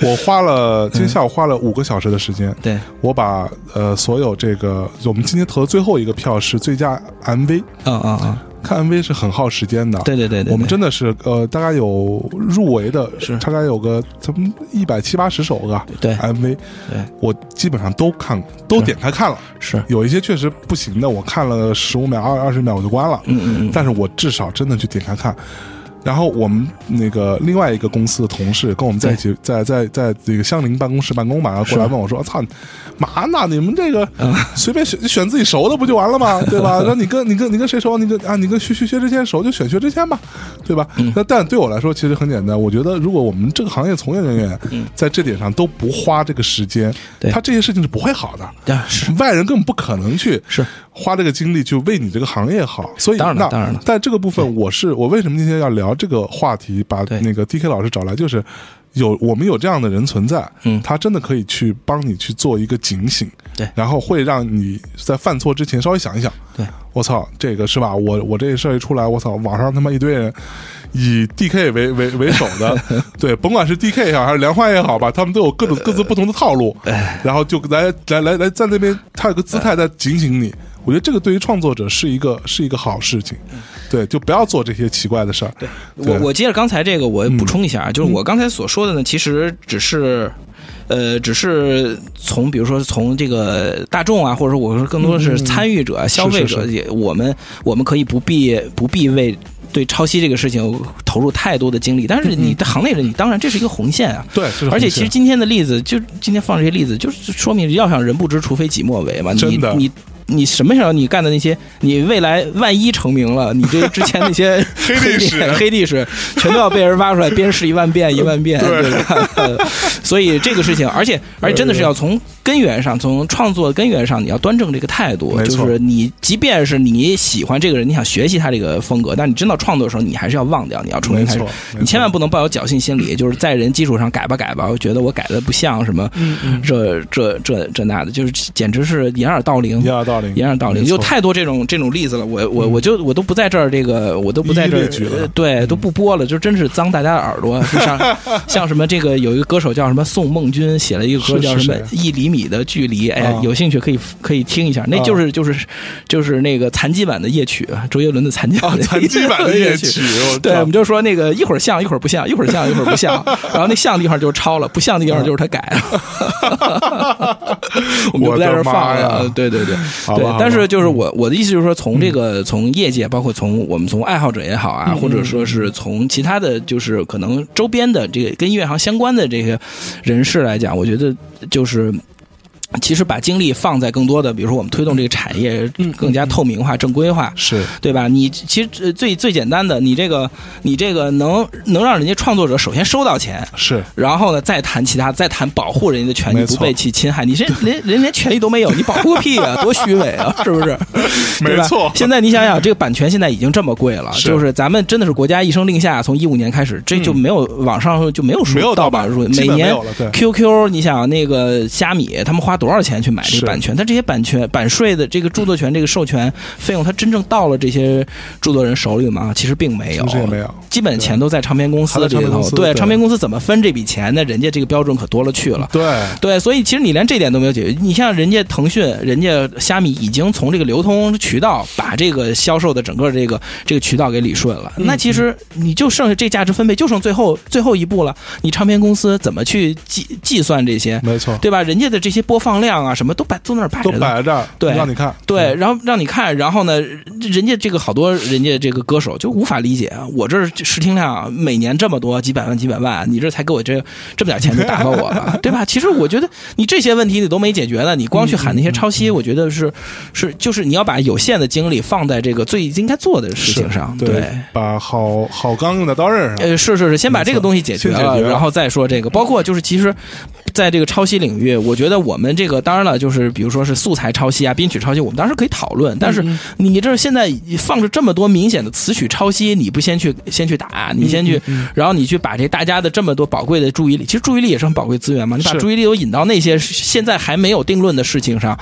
我花了今天下午花了五个小时的时间，对，我把呃所有这个我们今天投的最后一个票是最佳 MV，嗯嗯嗯，看 MV 是很耗时间的。对对对对对我们真的是呃大概有入围的，是大概有个咱们一百七八十首个对 MV，对我基本上都看过，都点开看了。是有一些确实不行的，我看了十五秒、二二十秒我就关了。嗯嗯。但是我至少真的去点开看。然后我们那个另外一个公司的同事跟我们在一起，在在在这个相邻办公室办公嘛，然后过来问我说：“啊操，嘛呢？你们这个嗯随便选选自己熟的不就完 [laughs] 了吗？对吧？那你跟你跟你跟谁熟？你跟啊，你跟薛薛薛之谦熟就选薛之谦吧，对吧？嗯那但对我来说其实很简单，我觉得如果我们这个行业从业人员在这点上都不花这个时间，嗯对他这些事情是不会好的。啊是。外人根本不可能去是花这个精力去为你这个行业好，所以当然了那当然了但这个部分我是我为什么今天要聊这个话题，把对那个 D K 老师找来，就是有我们有这样的人存在，嗯他真的可以去帮你去做一个警醒，对然后会让你在犯错之前稍微想一想，对，我操，这个是吧？我我这事儿一出来，我操，网上他妈一堆人以 D K 为为为首的， [laughs] 对，甭管是 D K 也好还是梁欢也好吧，他们都有各种呃各自不同的套路，哎然后就来来来来在那边，他有个姿态在警醒你。我觉得这个对于创作者是一个是一个好事情，对，就不要做这些奇怪的事儿。对，嗯嗯我我接着刚才这个，我补充一下啊，就是我刚才所说的呢，其实只是，呃，只是从比如说从这个大众啊，或者说我说更多的是参与者、消费者嗯是也，我们我们可以不必不必为。对抄袭这个事情投入太多的精力，但是你的行内人，你当然这是一个红线啊。嗯对这是红线而且其实今天的例子，就今天放这些例子，就是说明要想人不知，除非己莫为嘛。真你的你你什么时候你干的那些，你未来万一成名了，你这之前那些 [laughs] 黑历史点黑历史全都要被人挖出来，鞭尸一万遍一万遍，对吧？ [laughs] 呃所以这个事情，而且而且真的是要从根源上，从创作根源上，你要端正这个态度，没就错是你即便是你喜欢这个人，你想学习他这个风格，但你真到创作的时候，你还是要忘掉，你要重新开始没错，没错你千万不能抱有侥幸心理，就是在人基础上改吧改吧，我觉得我改的不像什么，嗯这这这这那的，就是简直是掩耳盗铃掩。耳盗铃，掩耳盗铃，没错嗯有太多这种这种例子了。我我我就我都不在这儿，这个我都不在这一儿一列举了嗯呃对，都不播了，就真是脏大家的耳朵。啊就 [laughs] 像像什么这个有一个歌手叫什么宋梦君，写了一个歌是叫是什么谁啊《一厘米的距离》，哎呀啊，有兴趣可以可以听一下，那啊就是就是就是那个残疾版的夜曲，周杰伦的残疾版啊的，残疾版的夜夜曲，[laughs] 我对，操我们就说那个一会儿像一会儿不像，一会儿像一会儿不像，然后那像的地方就是抄了，不像的地方就是他改了， [laughs] 我们就不在这儿放啊我的妈呀了。呃对对对，好吧对好吧。嗯但是就是我我的意思就是说，从这个从业界，包括从我们从爱好者也好啊，嗯或者说是从其他的就是可能周边的这个跟音乐行相关的这些人士来讲，我觉得就是其实把精力放在更多的，比如说我们推动这个产业嗯更加透明化、正规化，是对吧？你其实呃最最简单的，你这个你这个能能让人家创作者首先收到钱。是然后呢，再谈其他，再谈保护人家的权没益错不被其侵害。你这连 [laughs] 人连权利都没有，你保护个屁啊！多虚伪 [laughs] 啊，是不是？没对吧错现在你想想，这个版权现在已经这么贵了，是就是咱们真的是国家一声令下，从一五年开始，这就没有网上就没有没有说盗盗版版入，基每本没年有了对 QQ，你想那个虾米，他们花多少钱去买这是个版权？他这些版权、版税的这个著作权、这个授权费用，他真正到了这些著作人手里吗？其实并没有，其实也没有基本钱都在唱片公司还在唱里片公头。司对，对唱片公司怎么分这笔钱呢？人家这个标准可多了去了。对，对，所以其实你连这点都没有解决。你像人家腾讯、人家虾米已经从这个流通渠道把这个销售的整个这个这个渠道给理顺了，嗯那其实你就剩下这价值分配，就剩最后最后一步了。你唱片公司怎么去计计算这些？没错对吧？人家的这些播放量啊，什么都摆都在那儿摆都着摆呢。在这儿，对，让你看，对，然后让你看，然后呢，人家这个好多人家这个歌手就无法理解，我这儿试听量每年这么多，几百万几百万，你这才给我这这么点钱就打发我 [laughs] 了，对吧？其实我觉得你这些问题你都没解决呢，你光去喊那些抄袭，我觉得是是就是你要把有限的精力放在这个最应该做的事是情上，对，把好好钢用在刀刃上，呃，是是是，先把这个东西解决先了，解决了然后再说这个。包括就是，其实，在这个抄袭领域，我觉得我们这个当然了，就是比如说是素材抄袭啊、编曲抄袭，我们当时可以讨论。但是你这现在放着这么多明显的词曲抄袭，你不先去先去打，你先去，然后你去把这大家的这么多宝贵的注意力，其实注意力也是很宝贵资源嘛，你把是注意力都引到那些现在还没有定论的事情上，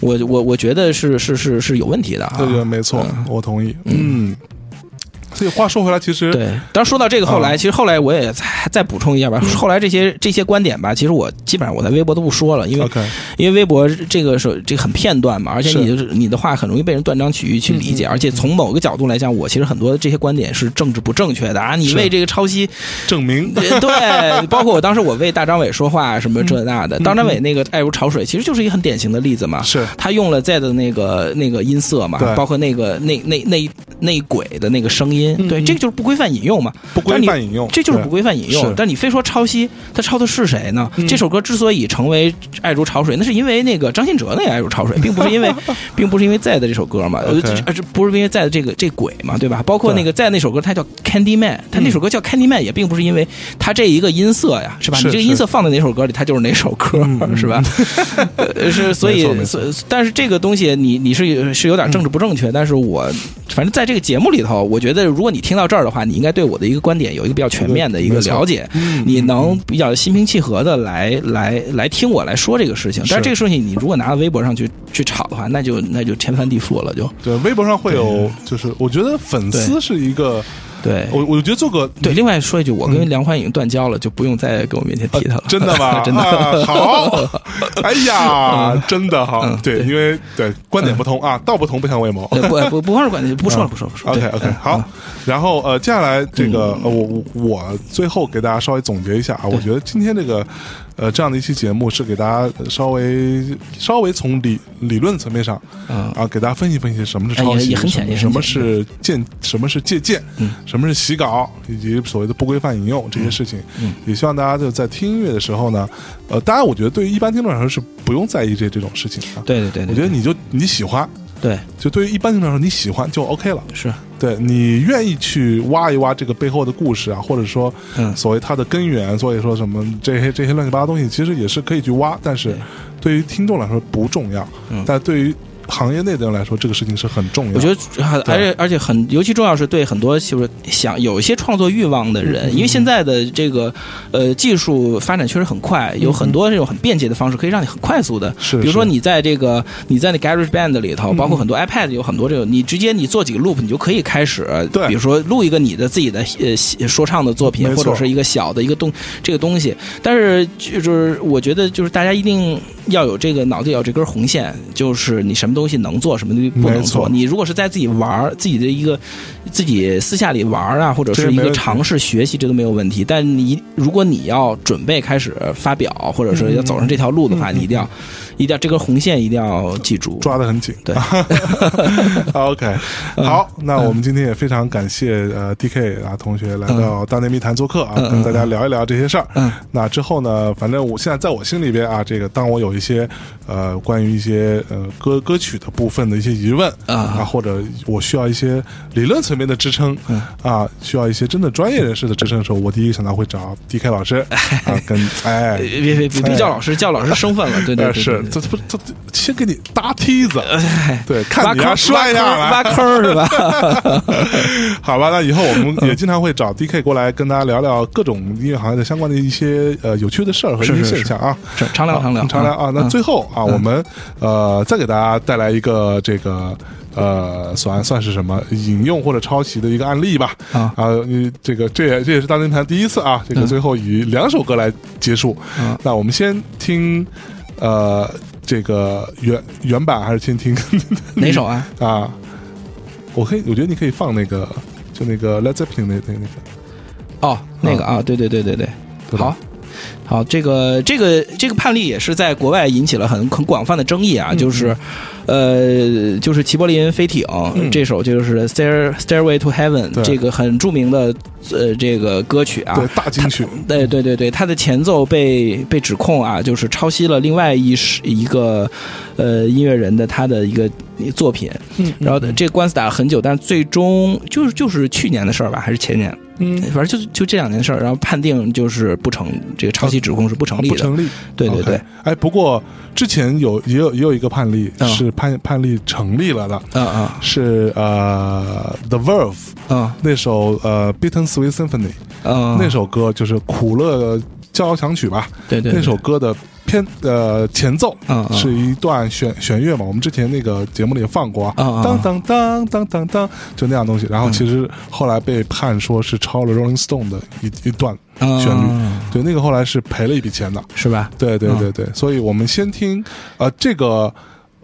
我我我觉得是是是是有问题的啊。对对，没错，我同意，嗯。所以话说回来，其实 [laughs] 对，当然说到这个，后来、啊其实后来我也再再补充一下嗯吧。后来这些这些观点吧，其实我基本上我在微博都不说了，因为 OK 因为微博这个是这个很片段嘛，而且你就是你的话很容易被人断章取义去嗯理解，而且从某个角度来讲，我其实很多这些观点是政治不正确的啊。你是为这个抄袭，证明呃对，包括我当时我为大张伟说话什嗯么这那的，大张伟那个爱如潮水，其实就是一个很典型的例子嘛。啊是他用了 Z 的那个那个音色嘛对，包括那个那那那内轨的那个声音，对，这个就是不规范引用嘛。不规但你范引用这就是嗯哦对不规范引是嗯用。但你非说抄袭，他抄的是谁呢？这首歌之所以成为爱如潮水，那是因为那个张信哲那个爱如潮水，并不是 [laughs] 因为并不是因为 Z 的这首歌嘛，呃 OK 这呃这不是因为 Z 的这个这轨嘛，对吧？包括对嗯那个 Z 那首歌，它叫 Candy Man，它那首歌叫 Candy Man，也并不是因为它这一个音色呀，是吧？是你这个是音色放在哪首歌里，它就是哪首歌， [laughs] 是吧？呃是，所嗯没以错没错所但是这个东西你你是是有点政治不正确，但是我反正在这个节目里头，我觉得如果你听到这儿的话，你应该对我的一个观点有一个比较全面的一个没错嗯了解，你能比较心平气和的来来来听我来说这个事情。但是是这个事情你如果拿到微博上去去炒的话，那就那就天翻地覆了，就对微博上会有，就是我觉得粉丝是一个，对。我我觉得做个哎对，另外说一句，我跟梁欢颖断交了，就不用再跟我面前提他了。嗯真的吗？ [laughs] 真的。[laughs] 啊好，哎呀，真的好，嗯对，对因为对观点不同啊，道不同不相为谋。呃不不不光是管，不说了不说了不说了。 OK 对 OK 嗯好，然后呃，接下来这个呃我我我最后给大家稍微总结一下啊，我觉得今天这个呃，这样的一期节目是给大家稍微稍微从理理论层面上嗯啊，给大家分析分析什么是哎抄也袭，也很什浅么也很嗯什么浅是借什么是借鉴，什么是洗稿，以及所谓的不规范引用这些事情。嗯也希望大家就在听音乐的时候呢，呃，当然我觉得对于一般听众来说是不用在意这这种事情啊。，对对对，对我觉得你就你喜欢，对就对于一般听众来说你喜欢就 OK 了。是对你愿意去挖一挖这个背后的故事啊，或者说，嗯所谓它的根源，所以说什么这些这些乱七八糟东西，其实也是可以去挖，但是对于听众来说不重要，嗯但对于行业内的人来说，这个事情是很重要。我觉得，得还嗯对而且而且很尤其重要是对很多就是想有一些创作欲望的人，因为嗯现在的这个呃技术发展确实很快，有很多这种很便捷的方式可以让你很快速的，嗯是嗯比如说是你在这个你在那 GarageBand 里头，包括很多 iPad 有很多这种，你直接你做几个 loop 你就可以开始，对比如说录一个你的自己的呃写说唱的作品没，或者错是一个小的一个东这个东西，但是就是我觉得就是大家一定要有这个脑子里有这根红线，就是你什么东西能做，什么东西不能没错做。你如果是在自己玩儿自己的一个自己私下里玩儿啊，或者这是没一个问题尝试学习，这都没有问题。但你如果你要准备开始发表，或者是要走上这条路的话，你一定要一定要这根红线一定要记住。嗯抓得很紧。 [laughs] 对嗯 OK，好，那我们今天也非常感谢呃 DK 啊同学来到大内密谈做客啊，嗯嗯跟大家聊一聊这些事儿。嗯，那之后呢，反正我现在在我心里边啊，这个当我有一些呃关于一些呃歌歌曲的部分的一些疑问啊或者我需要一些理论层面的支撑嗯啊，需要一些真的专业人士的支撑的时候，我第一个想到会找 DK 老师啊， [laughs] 跟哎呃。别别别别叫老师，叫老师生分了，对对呃，对对是对，这这不这这先给你搭梯 [laughs] 子，对，挖看你坑啊儿摔挖坑下儿来，挖坑儿是吧？ [laughs] 好吧，那以后 [laughs] 我们也经常会找 DK 过来跟大家聊聊各种音乐行业的相关的一些呃有趣的事儿和一些是是是现象啊。是常聊好常聊常聊嗯啊！那最后啊，我们呃再给大家带来一个这个呃算算是什么引用或者抄袭的一个案例吧。啊啊，你这个这也这也是大论坛第一次啊，这个嗯最后以两首歌来结束。嗯那我们先听呃这个原原版还是先听 [laughs] 哪首啊？啊，我可以，我觉得你可以放那个，就那个 Led Zeppelin 那那那个，哦，那个啊，对对对对对，嗯对吧好。好，这个这个这个判例也是在国外引起了很很广泛的争议嗯啊，就是，呃，就是齐柏林飞艇、这首就是 Stair Stairway to Heaven 嗯对这个很著名的呃这个歌曲啊，对，大金曲，对哎对对对，他的前奏被被指控啊，就是抄袭了另外一是一个呃音乐人的他的一个作品，嗯然后这官司打了很久，但最终就是就是去年的事儿吧，还是前年，嗯，反正就就这两件事儿，然后判定就是不成，这个抄袭指控是不成立不的。成立，对对 OK 对，哎，不过之前有也有也有一个判例嗯是判判例成立了的，嗯嗯是呃 The Verve 嗯那首呃 Beaten Sweet Symphony 嗯，那首歌就是苦乐交响曲吧，对对对那首歌的片呃前奏嗯嗯是一段弦弦乐嘛，我们之前那个节目里也放过啊，嗯嗯嗯当当当当当当，就那样东西。然后其实后来被判说是抄了 Rolling Stone 的一一段旋律嗯，对，那个后来是赔了一笔钱的。是吧？对对对对，所以我们先听，呃，这个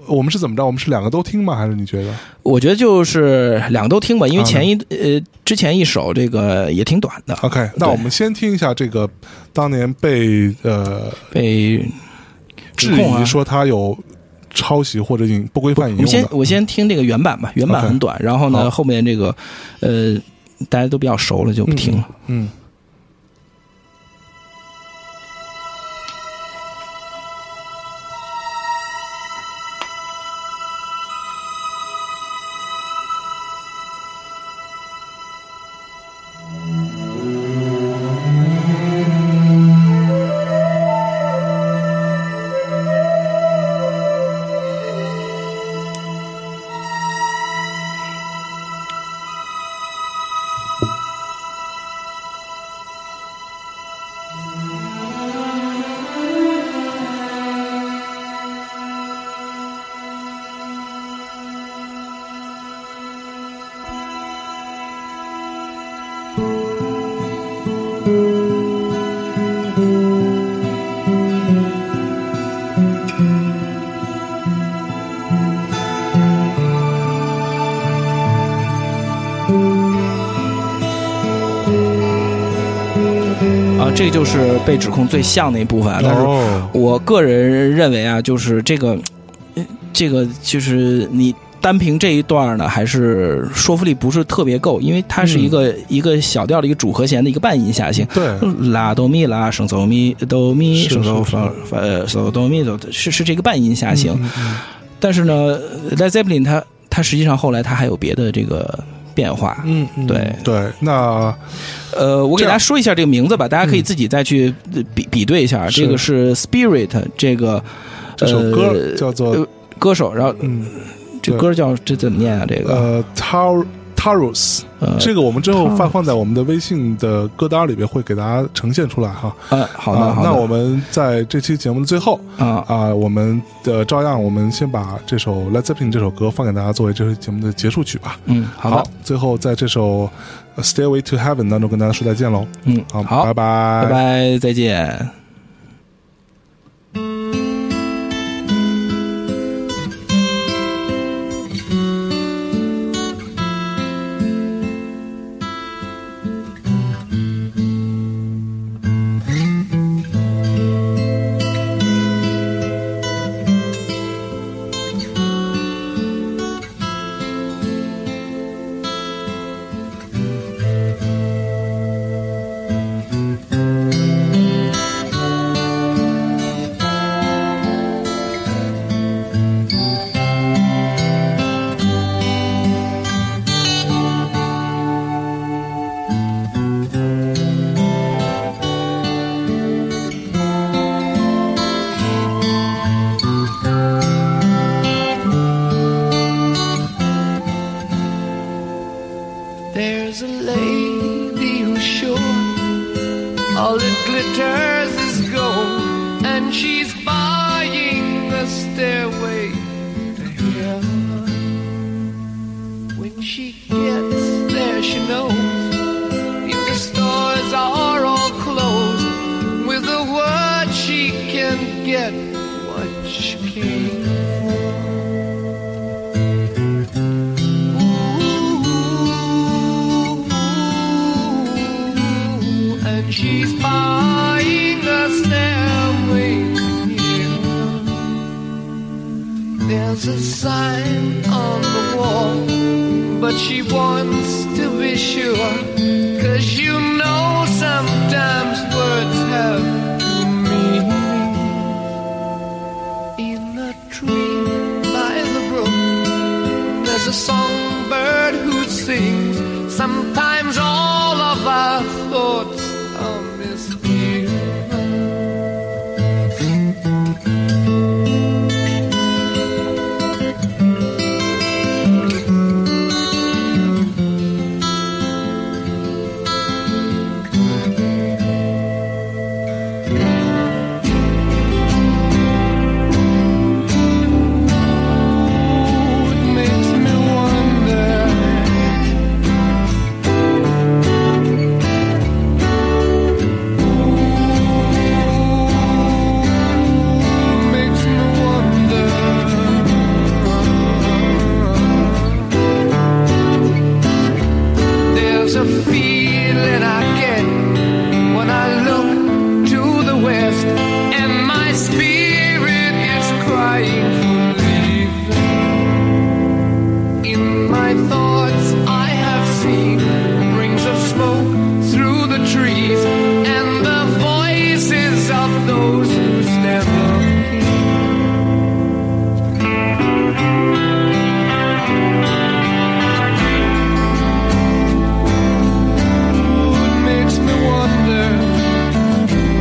我们是怎么着？我们是两个都听吗？还是你觉得？我觉得就是两个都听吧，因为嗯前一、呃之前一首这个也挺短的， OK，那对我们先听一下这个当年被呃被指质控啊疑说他有抄袭或者引不规范引我们用先的。我先听这个原版吧，原版 OK 很短，然后好呢后面这个呃大家都比较熟了就不听了。嗯，嗯啊这就是被指控最像的一部分啊。但是嗯哦，我个人认为啊，就是这个，呃这个就是你单凭这一段儿呢，还是说服力不是特别够，因为它是一个、嗯一个小调的一个主和弦的一个半音下行。对，拉哆咪拉升嗦咪哆咪是升嗦是发发呃嗦哆咪哆是是这个半音下行，嗯嗯但是呢，Led Zeppelin 它它实际上后来它还有别的这个变化，嗯，嗯对对，那呃，我给这样大家说一下这个名字吧，大家可以自己再去呃比比对一下。嗯是这个是 Spirit 这个这首歌呃叫做呃歌手，然后嗯这对歌叫这怎么念啊？这个呃 Tar Tarus，呃这个我们之后 Tarus 放放在我们的微信的歌单里边会给大家呈现出来哈。呃，好的啊好的，那我们在这期节目的最后啊啊，我们的照样我们先把这首《Led Zeppelin》这首歌放给大家作为这期节目的结束曲吧。嗯好的，最后在这首《Stairway to Heaven》当中跟大家说再见喽。嗯好，好，拜拜，拜拜，再见。 There's a lady who's sure all it glitters is gold, and she's buying a stairway to heaven. When she gets there, she knows beauty stores are all closed. With a word, she can get what she came and she's buying a stairway here. There's a sign on the wall, but she wants to be sure. Cause you know sometimes words have meaning. In a tree by the brook. There's a songbird who sings. Sometimes all of our thoughts are misgiven. It makes me wonder. Ooh, makes me wonder. There's a feeling I get when I look to the west, and my spirit is crying for leaving. In my thoughts, I have seen rings of smoke through the trees and the voices of those who stand up. It makes me wonder.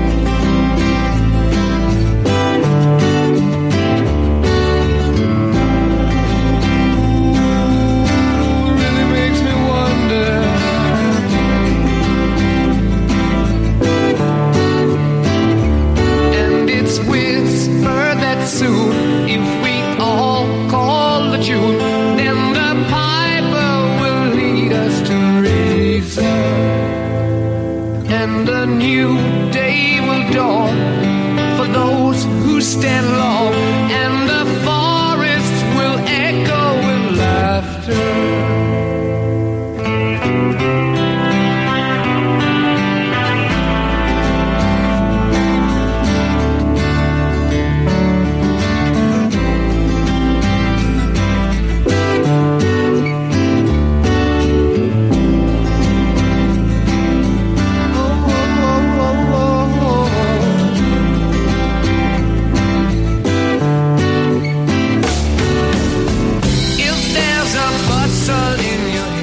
really makes me wonder. And it's whispered that soon, if we all call the tune, then the piper will lead us to reason. And a new day will dawn for those who stand long, and the forests will echo with laughter. hot sun in your